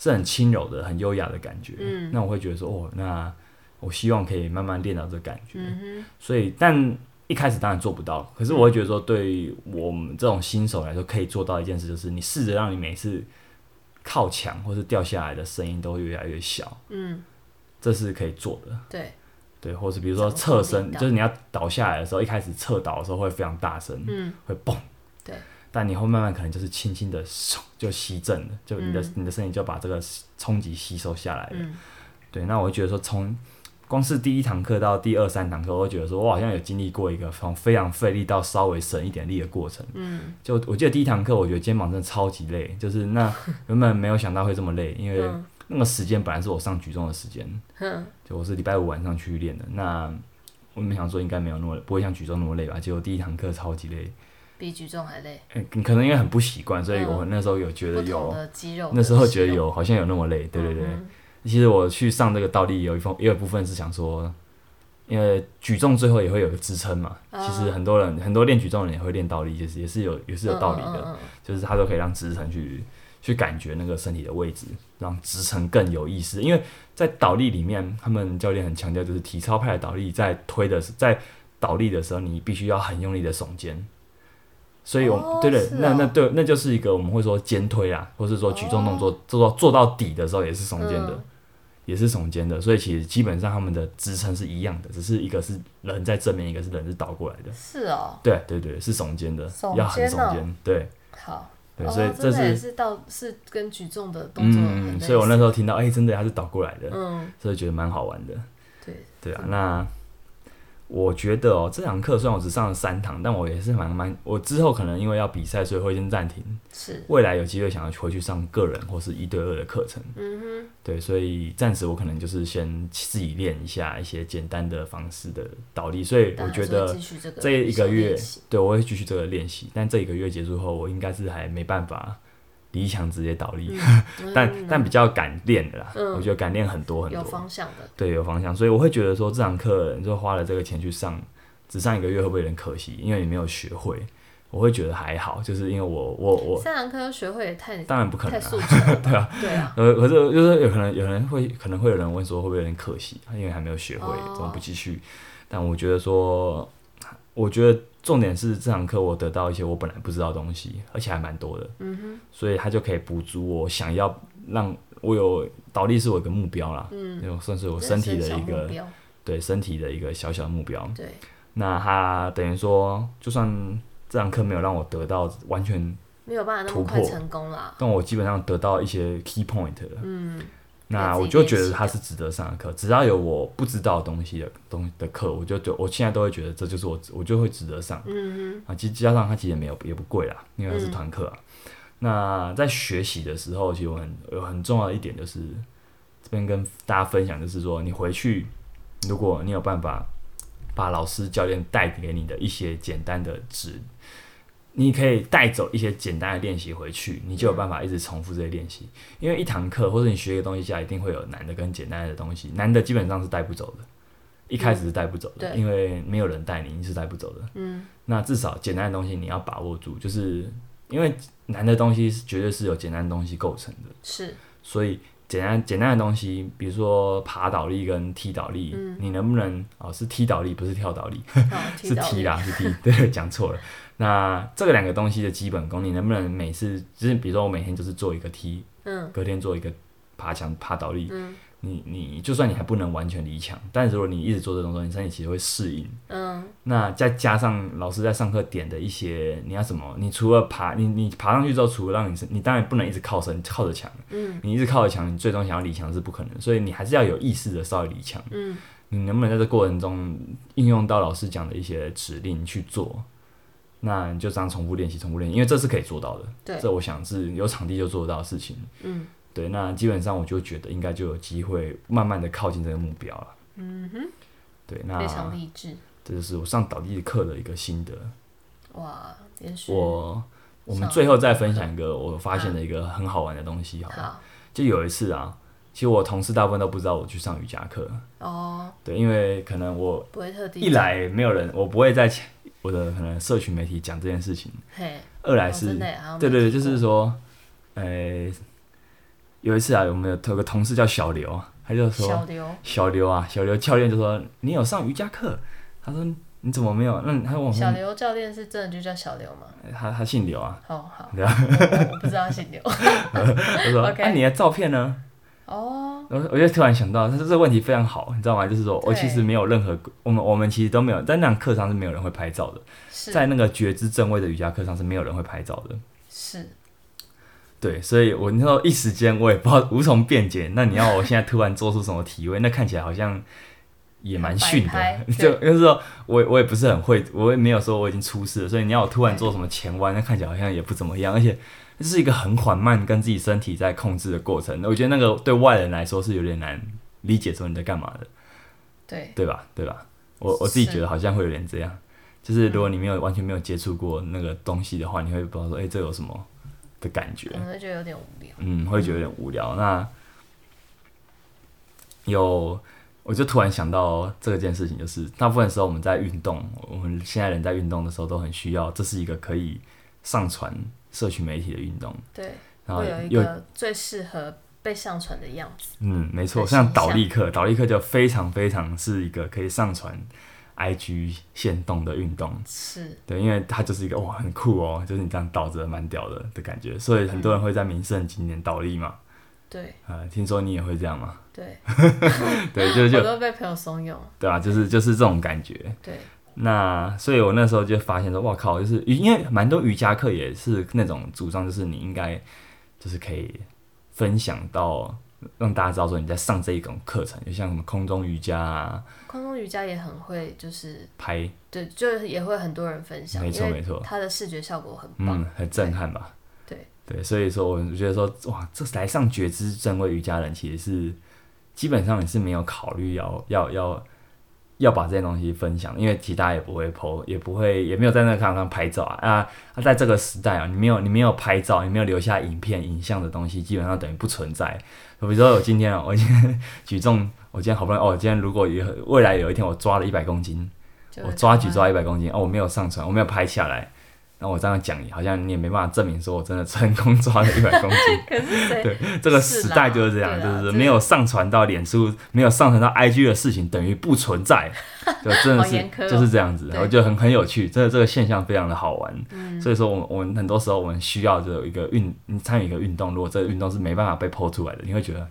Speaker 1: 是很轻柔的、很优雅的感觉，嗯，那我会觉得说，哦，那我希望可以慢慢练到这个感觉，
Speaker 2: 嗯
Speaker 1: 所以但一开始当然做不到，可是我会觉得说，对于我们这种新手来说，可以做到一件事，就是你试着让你每次靠墙或是掉下来的声音都会越来越小，
Speaker 2: 嗯，
Speaker 1: 这是可以做的。
Speaker 2: 哼，对，
Speaker 1: 对，或是比如说
Speaker 2: 怎么
Speaker 1: 侧
Speaker 2: 做力
Speaker 1: 身，
Speaker 2: 道
Speaker 1: 就是你要倒下来的时候，一开始侧倒的时候会非常大声，
Speaker 2: 嗯，
Speaker 1: 会嘣。
Speaker 2: 对。
Speaker 1: 但你后慢慢可能就是轻轻的就吸震了，就你的、你的身体就把这个冲击吸收下来了。
Speaker 2: 嗯
Speaker 1: 对，那我会觉得说从光是第一堂课到第二三堂课，我会觉得说我好像有经历过一个从非常费力到稍微省一点力的过程。
Speaker 2: 嗯，
Speaker 1: 就我记得第一堂课，我觉得肩膀真的超级累，就是那 原本没有想到会这么累，因为
Speaker 2: 嗯
Speaker 1: 那个时间本来是我上举重的时间，
Speaker 2: 哼，
Speaker 1: 就我是礼拜五晚上去练的。那我们想说应该没有那么不会像举重那么累吧？结果第一堂课超级累，
Speaker 2: 比举重还累，
Speaker 1: 呃可能因为很不习惯，所以我那时候有觉
Speaker 2: 嗯
Speaker 1: 得
Speaker 2: 不同
Speaker 1: 有，
Speaker 2: 的肌肉的使用，
Speaker 1: 那时候觉得有好像有那么累，对对对。
Speaker 2: 嗯
Speaker 1: 其实我去上这个倒立有一方也有一部分是想说，因为举重最后也会有个支撑嘛。
Speaker 2: 啊
Speaker 1: 其实很多人很多练举重的人也会练倒立，就是也是有也是有道理的，
Speaker 2: 嗯嗯嗯嗯
Speaker 1: 就是他都可以让支撑去去感觉那个身体的位置，让支撑更有意思。因为在倒立里面，他们教练很强调，就是体操派的倒立在推的是在倒立的时候，你必须要很用力的耸肩。所以我，
Speaker 2: 哦
Speaker 1: 对对，
Speaker 2: 是
Speaker 1: 那
Speaker 2: 哦
Speaker 1: 那对，那就是一个我们会说肩推啊，或是说举重动作、做到做到底的时候也是耸肩的。
Speaker 2: 嗯
Speaker 1: 也是耸肩的，所以其实基本上他们的支撑是一样的，只是一个是人在正面，一个是人是倒过来的。
Speaker 2: 是哦，
Speaker 1: 对对对，是耸肩的，
Speaker 2: 耸
Speaker 1: 要很
Speaker 2: 肩哦
Speaker 1: 耸肩。对
Speaker 2: 好，
Speaker 1: 对，
Speaker 2: 哦
Speaker 1: 所以这
Speaker 2: 真的也
Speaker 1: 是
Speaker 2: 是到是跟举重的动作很类
Speaker 1: 嗯，
Speaker 2: 似，
Speaker 1: 所以我那时候听到，哎、真的他是倒过来的，
Speaker 2: 嗯，
Speaker 1: 所以觉得蛮好玩的。
Speaker 2: 对，
Speaker 1: 对啊，那我觉得哦，这堂课虽然我只上了三堂，但我也是蛮蛮，我之后可能因为要比赛，所以会先暂停。
Speaker 2: 是，
Speaker 1: 未来有机会想要回去上个人或是一对二的课程。
Speaker 2: 嗯
Speaker 1: 对，所以暂时我可能就是先自己练一下一些简单的方式的倒立，所以
Speaker 2: 哼，
Speaker 1: 我觉
Speaker 2: 当
Speaker 1: 得
Speaker 2: 然是啊会继续这个
Speaker 1: 这一个月
Speaker 2: 练习
Speaker 1: 对我会继续这个练习，但这一个月结束后，我应该是还没办法理想直接倒立，但但比较敢练的啦，
Speaker 2: 嗯
Speaker 1: 我觉得敢练很多很
Speaker 2: 有
Speaker 1: 多，
Speaker 2: 方向的，
Speaker 1: 对，有方向，所以我会觉得说这堂课你就花了这个钱去上，只上一个月会不会有点可惜？因为你没有学会，我会觉得还好，就是因为我我我
Speaker 2: 三堂课要学会也太
Speaker 1: 当然不可能
Speaker 2: 太
Speaker 1: 啊，
Speaker 2: 速成 了，对啊，对啊，
Speaker 1: 呃，可是就是有可能有人会可能会有人问说会不会有点可惜，因为还没有学会，
Speaker 2: 哦
Speaker 1: 怎么不继续？但我觉得说，我觉得重点是这堂课我得到一些我本来不知道的东西，而且还蛮多的，
Speaker 2: 嗯哼，
Speaker 1: 所以它就可以补足我想要让我有倒立是我一个目标啦，
Speaker 2: 嗯，
Speaker 1: 因为算是我
Speaker 2: 人
Speaker 1: 身体的
Speaker 2: 生小
Speaker 1: 一
Speaker 2: 目
Speaker 1: 个
Speaker 2: 标
Speaker 1: 对身体的一个小小的目标。
Speaker 2: 对，
Speaker 1: 那它等于说，就算这堂课没有让我得到完全，
Speaker 2: 没有办法那么快
Speaker 1: 突破
Speaker 2: 成功啦，
Speaker 1: 但我基本上得到一些 key point 了。
Speaker 2: 嗯，
Speaker 1: 那我就觉得它是值得上的课，只要有我不知道的东西的东的课，我就就我现在都会觉得这就是我我就会值得上
Speaker 2: 嗯
Speaker 1: 啊。其实加上它其实也没有也不贵啦，因为它是团课啊。那在学习的时候，其实我很有很重要的一点就是，这边跟大家分享就是说，你回去如果你有办法把老师教练带给你的一些简单的指，你可以带走一些简单的练习回去，你就有办法一直重复这些练习。因为一堂课或者你学一个东西下，一定会有难的跟简单的东西，难的基本上是带不走的，一开始是带不走的，
Speaker 2: 对
Speaker 1: 因为没有人带你，你是带不走的。嗯，那至少简单的东西你要把握住，就是因为难的东西是绝对是由简单的东西构成的
Speaker 2: 哼，，是，
Speaker 1: 所以简单简单的东西，比如说爬倒立跟踢倒立，你能不能哦是踢倒立不是跳倒立，
Speaker 2: 好，
Speaker 1: 是
Speaker 2: 到
Speaker 1: 踢
Speaker 2: 你，
Speaker 1: 啦，是踢， 对，讲错了。那这个两个东西的基本功，你能不能每次就是比如说我每天就是做一个踢，
Speaker 2: 嗯
Speaker 1: 隔天做一个爬墙、爬倒立，
Speaker 2: 嗯
Speaker 1: 你你就算你还不能完全离墙，但如果你一直做这动作，你身体其实会适应。
Speaker 2: 嗯
Speaker 1: 那再加上老师在上课点的一些，你要怎么？你除了爬，你你爬上去之后，除了让你身，你当然不能一直靠身靠着墙，
Speaker 2: 嗯
Speaker 1: 你一直靠着墙，你最终想要离墙是不可能，所以你还是要有意识的稍微离墙。
Speaker 2: 嗯，
Speaker 1: 你你能不能在这过程中应用到老师讲的一些指令去做？那你就这样重复练习，重复练习，因为这是可以做到的。
Speaker 2: 对
Speaker 1: 这我想是有场地就做得到的事情。
Speaker 2: 嗯，
Speaker 1: 对，那基本上我就觉得应该就有机会慢慢的靠近这个目标了。
Speaker 2: 嗯哼，
Speaker 1: 对，
Speaker 2: 非
Speaker 1: 那
Speaker 2: 常励志，
Speaker 1: 这就是我上倒地课的一个心得。
Speaker 2: 哇，连续
Speaker 1: 我我们
Speaker 2: 上
Speaker 1: 最后再分享一个我发现的一个很好玩的东西好了，
Speaker 2: 好
Speaker 1: 就有一次啊，其实我同事大部分都不知道我去上瑜伽课，
Speaker 2: 哦，
Speaker 1: 对，因为可能我
Speaker 2: 不会特地
Speaker 1: 一来没有人，我不会在我的可能社群媒体讲这件事情，
Speaker 2: 嘿，
Speaker 1: 二来
Speaker 2: 哦
Speaker 1: 是、
Speaker 2: 真的耶好像
Speaker 1: 对
Speaker 2: 没
Speaker 1: 对对，
Speaker 2: 听
Speaker 1: 就是说，呃，有一次啊，我们有有个同事叫小刘，他就说
Speaker 2: 小刘，
Speaker 1: 小刘啊，小刘教练就说你有上瑜伽课，他说你怎么没有？那你他问我
Speaker 2: 小
Speaker 1: 说
Speaker 2: 刘教练是真的就叫小刘吗？
Speaker 1: 他他姓刘啊，
Speaker 2: 哦， 好，
Speaker 1: 对
Speaker 2: 我我不知道他姓刘
Speaker 1: 他说
Speaker 2: OK
Speaker 1: 那、你的照片呢？
Speaker 2: 哦，
Speaker 1: 然后我就突然想到，他说这个问题非常好，你知道吗？就是说我
Speaker 2: 对
Speaker 1: 其实没有任何，我们我们其实都没有在那堂课上是没有人会拍照的，
Speaker 2: 是
Speaker 1: 在那个觉知正位的瑜伽课上是没有人会拍照的。
Speaker 2: 是，
Speaker 1: 对，所以我那时候一时间我也不知道无从辩解。那你要我现在突然做出什么体位，那看起来好像也蛮逊
Speaker 2: 摆拍
Speaker 1: 的。就就是说我我也不是很会，我也没有说我已经出事了，所以你要我突然做什么前弯，那看起来好像也不怎么样。而且这是一个很缓慢跟自己身体在控制的过程，我觉得那个对外人来说是有点难理解，说你在干嘛的，
Speaker 2: 对，
Speaker 1: 对吧？对吧？我我自己
Speaker 2: 是
Speaker 1: 觉得好像会有点这样，就是如果你没有完全没有接触过那个东西的话，你会不知道说，哎、这有什么的感觉。
Speaker 2: 我们会觉得有点无聊，
Speaker 1: 嗯，会觉得有点无聊。那有，我就突然想到这件事情，就是大部分时候我们在运动，我们现在人在运动的时候都很需要，这是一个可以上传社群媒体的运动。
Speaker 2: 对，
Speaker 1: 然后
Speaker 2: 会有一
Speaker 1: 又
Speaker 2: 个最适合被上传的样子，
Speaker 1: 嗯，没错，
Speaker 2: 的
Speaker 1: 像
Speaker 2: 形
Speaker 1: 倒
Speaker 2: 象
Speaker 1: 立课，倒立课就非常非常是一个可以上传 IG 限动的运动。
Speaker 2: 是
Speaker 1: 对，因为它就是一个哇很酷哦，就是你这样倒着蛮屌的的感觉，所以很多人会在名胜景点倒立嘛。
Speaker 2: 对
Speaker 1: 呃，听说你也会这样吗？
Speaker 2: 对，
Speaker 1: 对，就就
Speaker 2: 我都被朋友怂恿，
Speaker 1: 对啊，就是就是这种感觉。
Speaker 2: 对，
Speaker 1: 那所以我那时候就发现说，哇靠，就是因为蛮多瑜伽课也是那种主张，就是你应该就是可以分享到让大家知道说你在上这一种课程，就像什么空中瑜伽啊、
Speaker 2: 空中瑜伽也很会，就是
Speaker 1: 拍，
Speaker 2: 对，就也会很多人分享，
Speaker 1: 没
Speaker 2: 因
Speaker 1: 错
Speaker 2: 为
Speaker 1: 没错，
Speaker 2: 它的视觉效果很棒，
Speaker 1: 嗯，很震撼吧？
Speaker 2: 对
Speaker 1: 对，所以说我觉得说，哇，这来上觉知正位瑜伽的人其实是基本上你是没有考虑要要要要把这些东西分享的，因为其他也不会 PO，也不会也没有在那个课堂上拍照啊啊啊！在这个时代啊，你没有你没有拍照，你没有留下影片影像的东西，基本上等于不存在。比如说我今天啊，我今天举重，我今天好不容易哦，我今天如果有未来有一天我抓了一百公斤，
Speaker 2: 就
Speaker 1: 我
Speaker 2: 会
Speaker 1: 抓
Speaker 2: 赶
Speaker 1: 举
Speaker 2: 快
Speaker 1: 抓一百公斤，哦，我没有上传，我没有拍下来。那我这样讲，好像你也没办法证明说我真的成功抓了一百公斤。
Speaker 2: 可是谁
Speaker 1: 对， 这个
Speaker 2: 是
Speaker 1: 时
Speaker 2: 啦
Speaker 1: 代就是这样，
Speaker 2: 对啦
Speaker 1: 就是
Speaker 2: 这
Speaker 1: 没有上传到脸书，没有上传到 IG 的事情等于不存 在，就真的
Speaker 2: 好严苛
Speaker 1: 是
Speaker 2: 哦
Speaker 1: 就是这样子。
Speaker 2: 对
Speaker 1: 我觉得很很有趣，真的这个现象非常的好玩。
Speaker 2: 嗯
Speaker 1: 所以说，我们我们很多时候我们需要就有一个运，你参与一个运动，如果这个运动是没办法被剖出来的，你会觉得，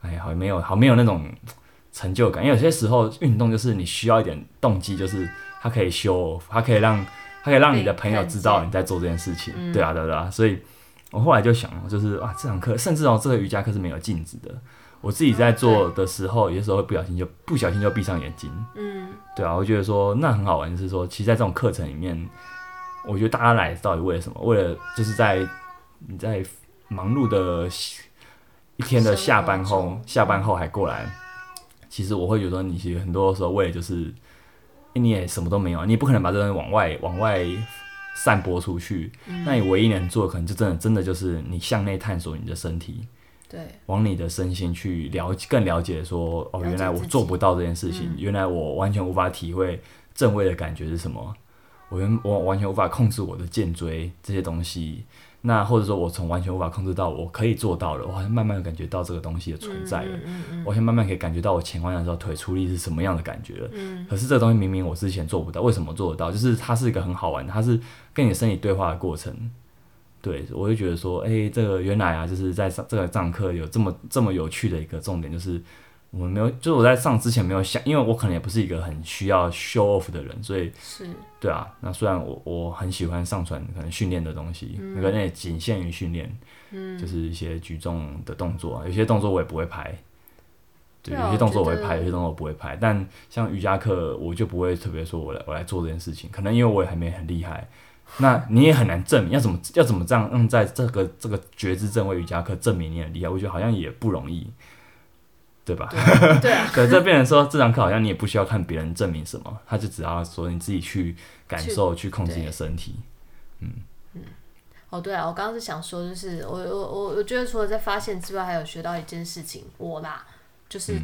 Speaker 1: 哎呀，好没有好没有那种成就感。因为有些时候运动就是你需要一点动机，就是它可以 show off，它可以让它可以让你的朋友知道你在做这件事情。
Speaker 2: 嗯
Speaker 1: 对啊，对啊对啊。所以我后来就想，就是啊，这堂课甚至哦，这个瑜伽课是没有镜子的。我自己在做的时候，有些时候会不小心就不小心就闭上眼睛。
Speaker 2: 嗯
Speaker 1: 对啊，我觉得说那很好玩，就是说，其实，在这种课程里面，我觉得大家来到底为了什么？为了就是在你在忙碌的一天的下班
Speaker 2: 生活
Speaker 1: 后
Speaker 2: 中，
Speaker 1: 下班后还过来，其实我会觉得你其实很多时候为了就是你也什么都没有，啊你也不可能把这东西往外往外散播出去。
Speaker 2: 嗯
Speaker 1: 那你唯一能做，的可能就真的真的就是你向内探索你的身体，
Speaker 2: 对
Speaker 1: 往你的身心去了解，更了解说，哦，
Speaker 2: 了解
Speaker 1: 原来我
Speaker 2: 自己
Speaker 1: 做不到这件事情，
Speaker 2: 嗯
Speaker 1: 原来我完全无法体会正位的感觉是什么，我原我完全无法控制我的颈椎这些东西，那或者说我从完全无法控制到我可以做到了，我好像慢慢地感觉到这个东西的存在了，
Speaker 2: 嗯嗯嗯
Speaker 1: 我现在慢慢可以感觉到我前弯的时候腿出力是什么样的感觉了。
Speaker 2: 嗯
Speaker 1: 可是这个东西明明我之前做不到，为什么做得到？就是它是一个很好玩的，它是跟你身体对话的过程。对，我就觉得说，哎、这个原来啊，就是在上这个上课有这么这么有趣的一个重点，就是我们没有，就是我在上之前没有想，因为我可能也不是一个很需要 show off 的人，所以
Speaker 2: 嗯是
Speaker 1: 对啊，那虽然我我很喜欢上传可能训练的东西，那个那也仅限于训练，
Speaker 2: 嗯
Speaker 1: 就是一些举重的动作啊，有些动作我也不会拍，对，
Speaker 2: 对啊
Speaker 1: 有些动作我会
Speaker 2: 我觉
Speaker 1: 拍，
Speaker 2: 得
Speaker 1: 有些动作我不会拍。但像瑜伽课，我就不会特别说我来我来做这件事情，可能因为我也还没很厉害。那你也很难证明，要怎么要怎么这样让在这个这个觉知正位瑜伽课证明你很厉害？我觉得好像也不容易，对吧？
Speaker 2: 对啊，
Speaker 1: 对，这变成说这堂课好像你也不需要看别人证明什么，他就只要说你自己去感
Speaker 2: 去
Speaker 1: 受、去控制
Speaker 2: 对
Speaker 1: 你的身体。
Speaker 2: 哦，对啊，我刚刚是想说，就是我我我我觉得除了在发现之外，还有学到一件事情，我啦，就是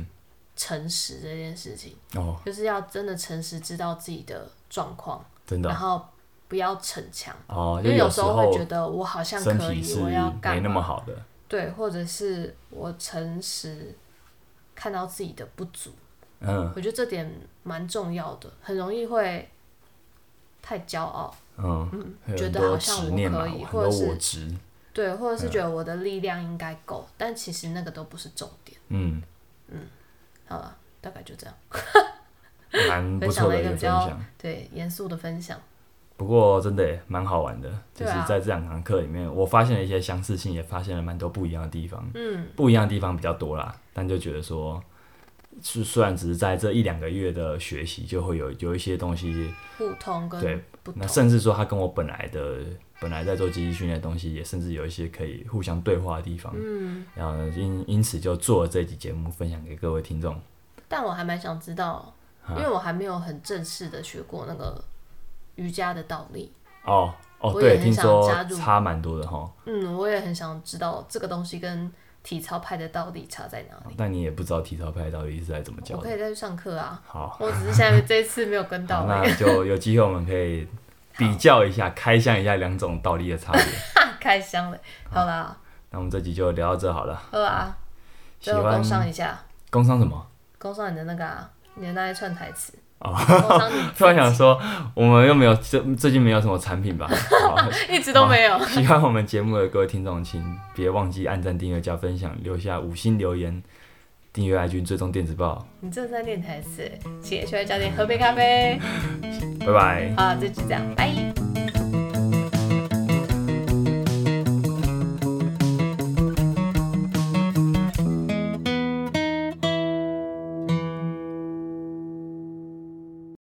Speaker 2: 诚实这件事情，
Speaker 1: 嗯哦，
Speaker 2: 就是要真的诚实，知道自己的状况，
Speaker 1: 真的
Speaker 2: 然后不要逞强，
Speaker 1: 哦，
Speaker 2: 啊因为
Speaker 1: 有
Speaker 2: 时
Speaker 1: 时
Speaker 2: 候会觉得我好像
Speaker 1: 身
Speaker 2: 可
Speaker 1: 体
Speaker 2: 以，
Speaker 1: 是
Speaker 2: 我要干
Speaker 1: 没那
Speaker 2: 嘛
Speaker 1: 么好的，
Speaker 2: 对，或者是我诚实看到自己的不足，
Speaker 1: 嗯
Speaker 2: 我觉得这点蛮重要的，很容易会太骄傲，
Speaker 1: 嗯，还有
Speaker 2: 觉
Speaker 1: 很
Speaker 2: 得
Speaker 1: 多
Speaker 2: 好像
Speaker 1: 执
Speaker 2: 我
Speaker 1: 念嘛，
Speaker 2: 可以
Speaker 1: 很
Speaker 2: 或
Speaker 1: 多
Speaker 2: 者是
Speaker 1: 我执，
Speaker 2: 对，或
Speaker 1: 嗯
Speaker 2: 者是觉得我的力量应该够，但其实那个都不是重点。
Speaker 1: 嗯，
Speaker 2: 好了，大概就这样。
Speaker 1: 蛮不
Speaker 2: 分享
Speaker 1: 错
Speaker 2: 了
Speaker 1: 的一
Speaker 2: 一个
Speaker 1: 个分
Speaker 2: 比较
Speaker 1: 享。
Speaker 2: 对严肃的分享，
Speaker 1: 不过真的耶蛮好玩的，就
Speaker 2: 对
Speaker 1: 是
Speaker 2: 啊
Speaker 1: 在这两堂课里面，我发现了一些相似性，也发现了蛮多不一样的地方。
Speaker 2: 嗯，
Speaker 1: 不一样的地方比较多啦，但就觉得说，是虽然只是在这一两个月的学习，就会有有一些东西，
Speaker 2: 互通跟
Speaker 1: 对
Speaker 2: 不
Speaker 1: 那
Speaker 2: 同，
Speaker 1: 甚至说他跟我本来的本来在做积极训练的东西，也甚至有一些可以互相对话的地方。
Speaker 2: 嗯，
Speaker 1: 然后呢因因此就做了这一集节目，分享给各位听众。
Speaker 2: 但我还蛮想知
Speaker 1: 啊
Speaker 2: 道，因为我还没有很正式的学过那个瑜伽的道理，
Speaker 1: 哦哦，
Speaker 2: 我也
Speaker 1: 对，
Speaker 2: 很
Speaker 1: 听
Speaker 2: 想
Speaker 1: 说
Speaker 2: 加入
Speaker 1: 差蛮多的哈，
Speaker 2: 嗯，我也很想知道这个东西跟体操派的道理差在哪里，
Speaker 1: 但你也不知道体操派到底是在怎么教
Speaker 2: 我
Speaker 1: 的。
Speaker 2: 可以再去上课 啊，
Speaker 1: 好，
Speaker 2: 我只是现在这一次没有跟到
Speaker 1: 好
Speaker 2: 位，
Speaker 1: 那就有机会我们可以比较一下，开箱一下两种倒立的 差别。
Speaker 2: 开箱了，好啦，
Speaker 1: 那我们这集就聊到这好了。
Speaker 2: 喝啊，
Speaker 1: 喜
Speaker 2: 最后
Speaker 1: 欢
Speaker 2: 工商一下，
Speaker 1: 工商什么？
Speaker 2: 工商你的那个啊，你的那一串台词，
Speaker 1: 哦
Speaker 2: 工商你
Speaker 1: 突然想说，我们又没有最最近没有什么产 品吧？好，
Speaker 2: 一直都没有，
Speaker 1: 喜欢我们节目的各位听众，请别忘记按赞、订阅、加分享，留下五星留言，订阅 IG 追踪电子报，
Speaker 2: 你这是在练台词，请 H Y 教练喝杯咖啡。
Speaker 1: 拜拜。
Speaker 2: 好，这就这样，拜。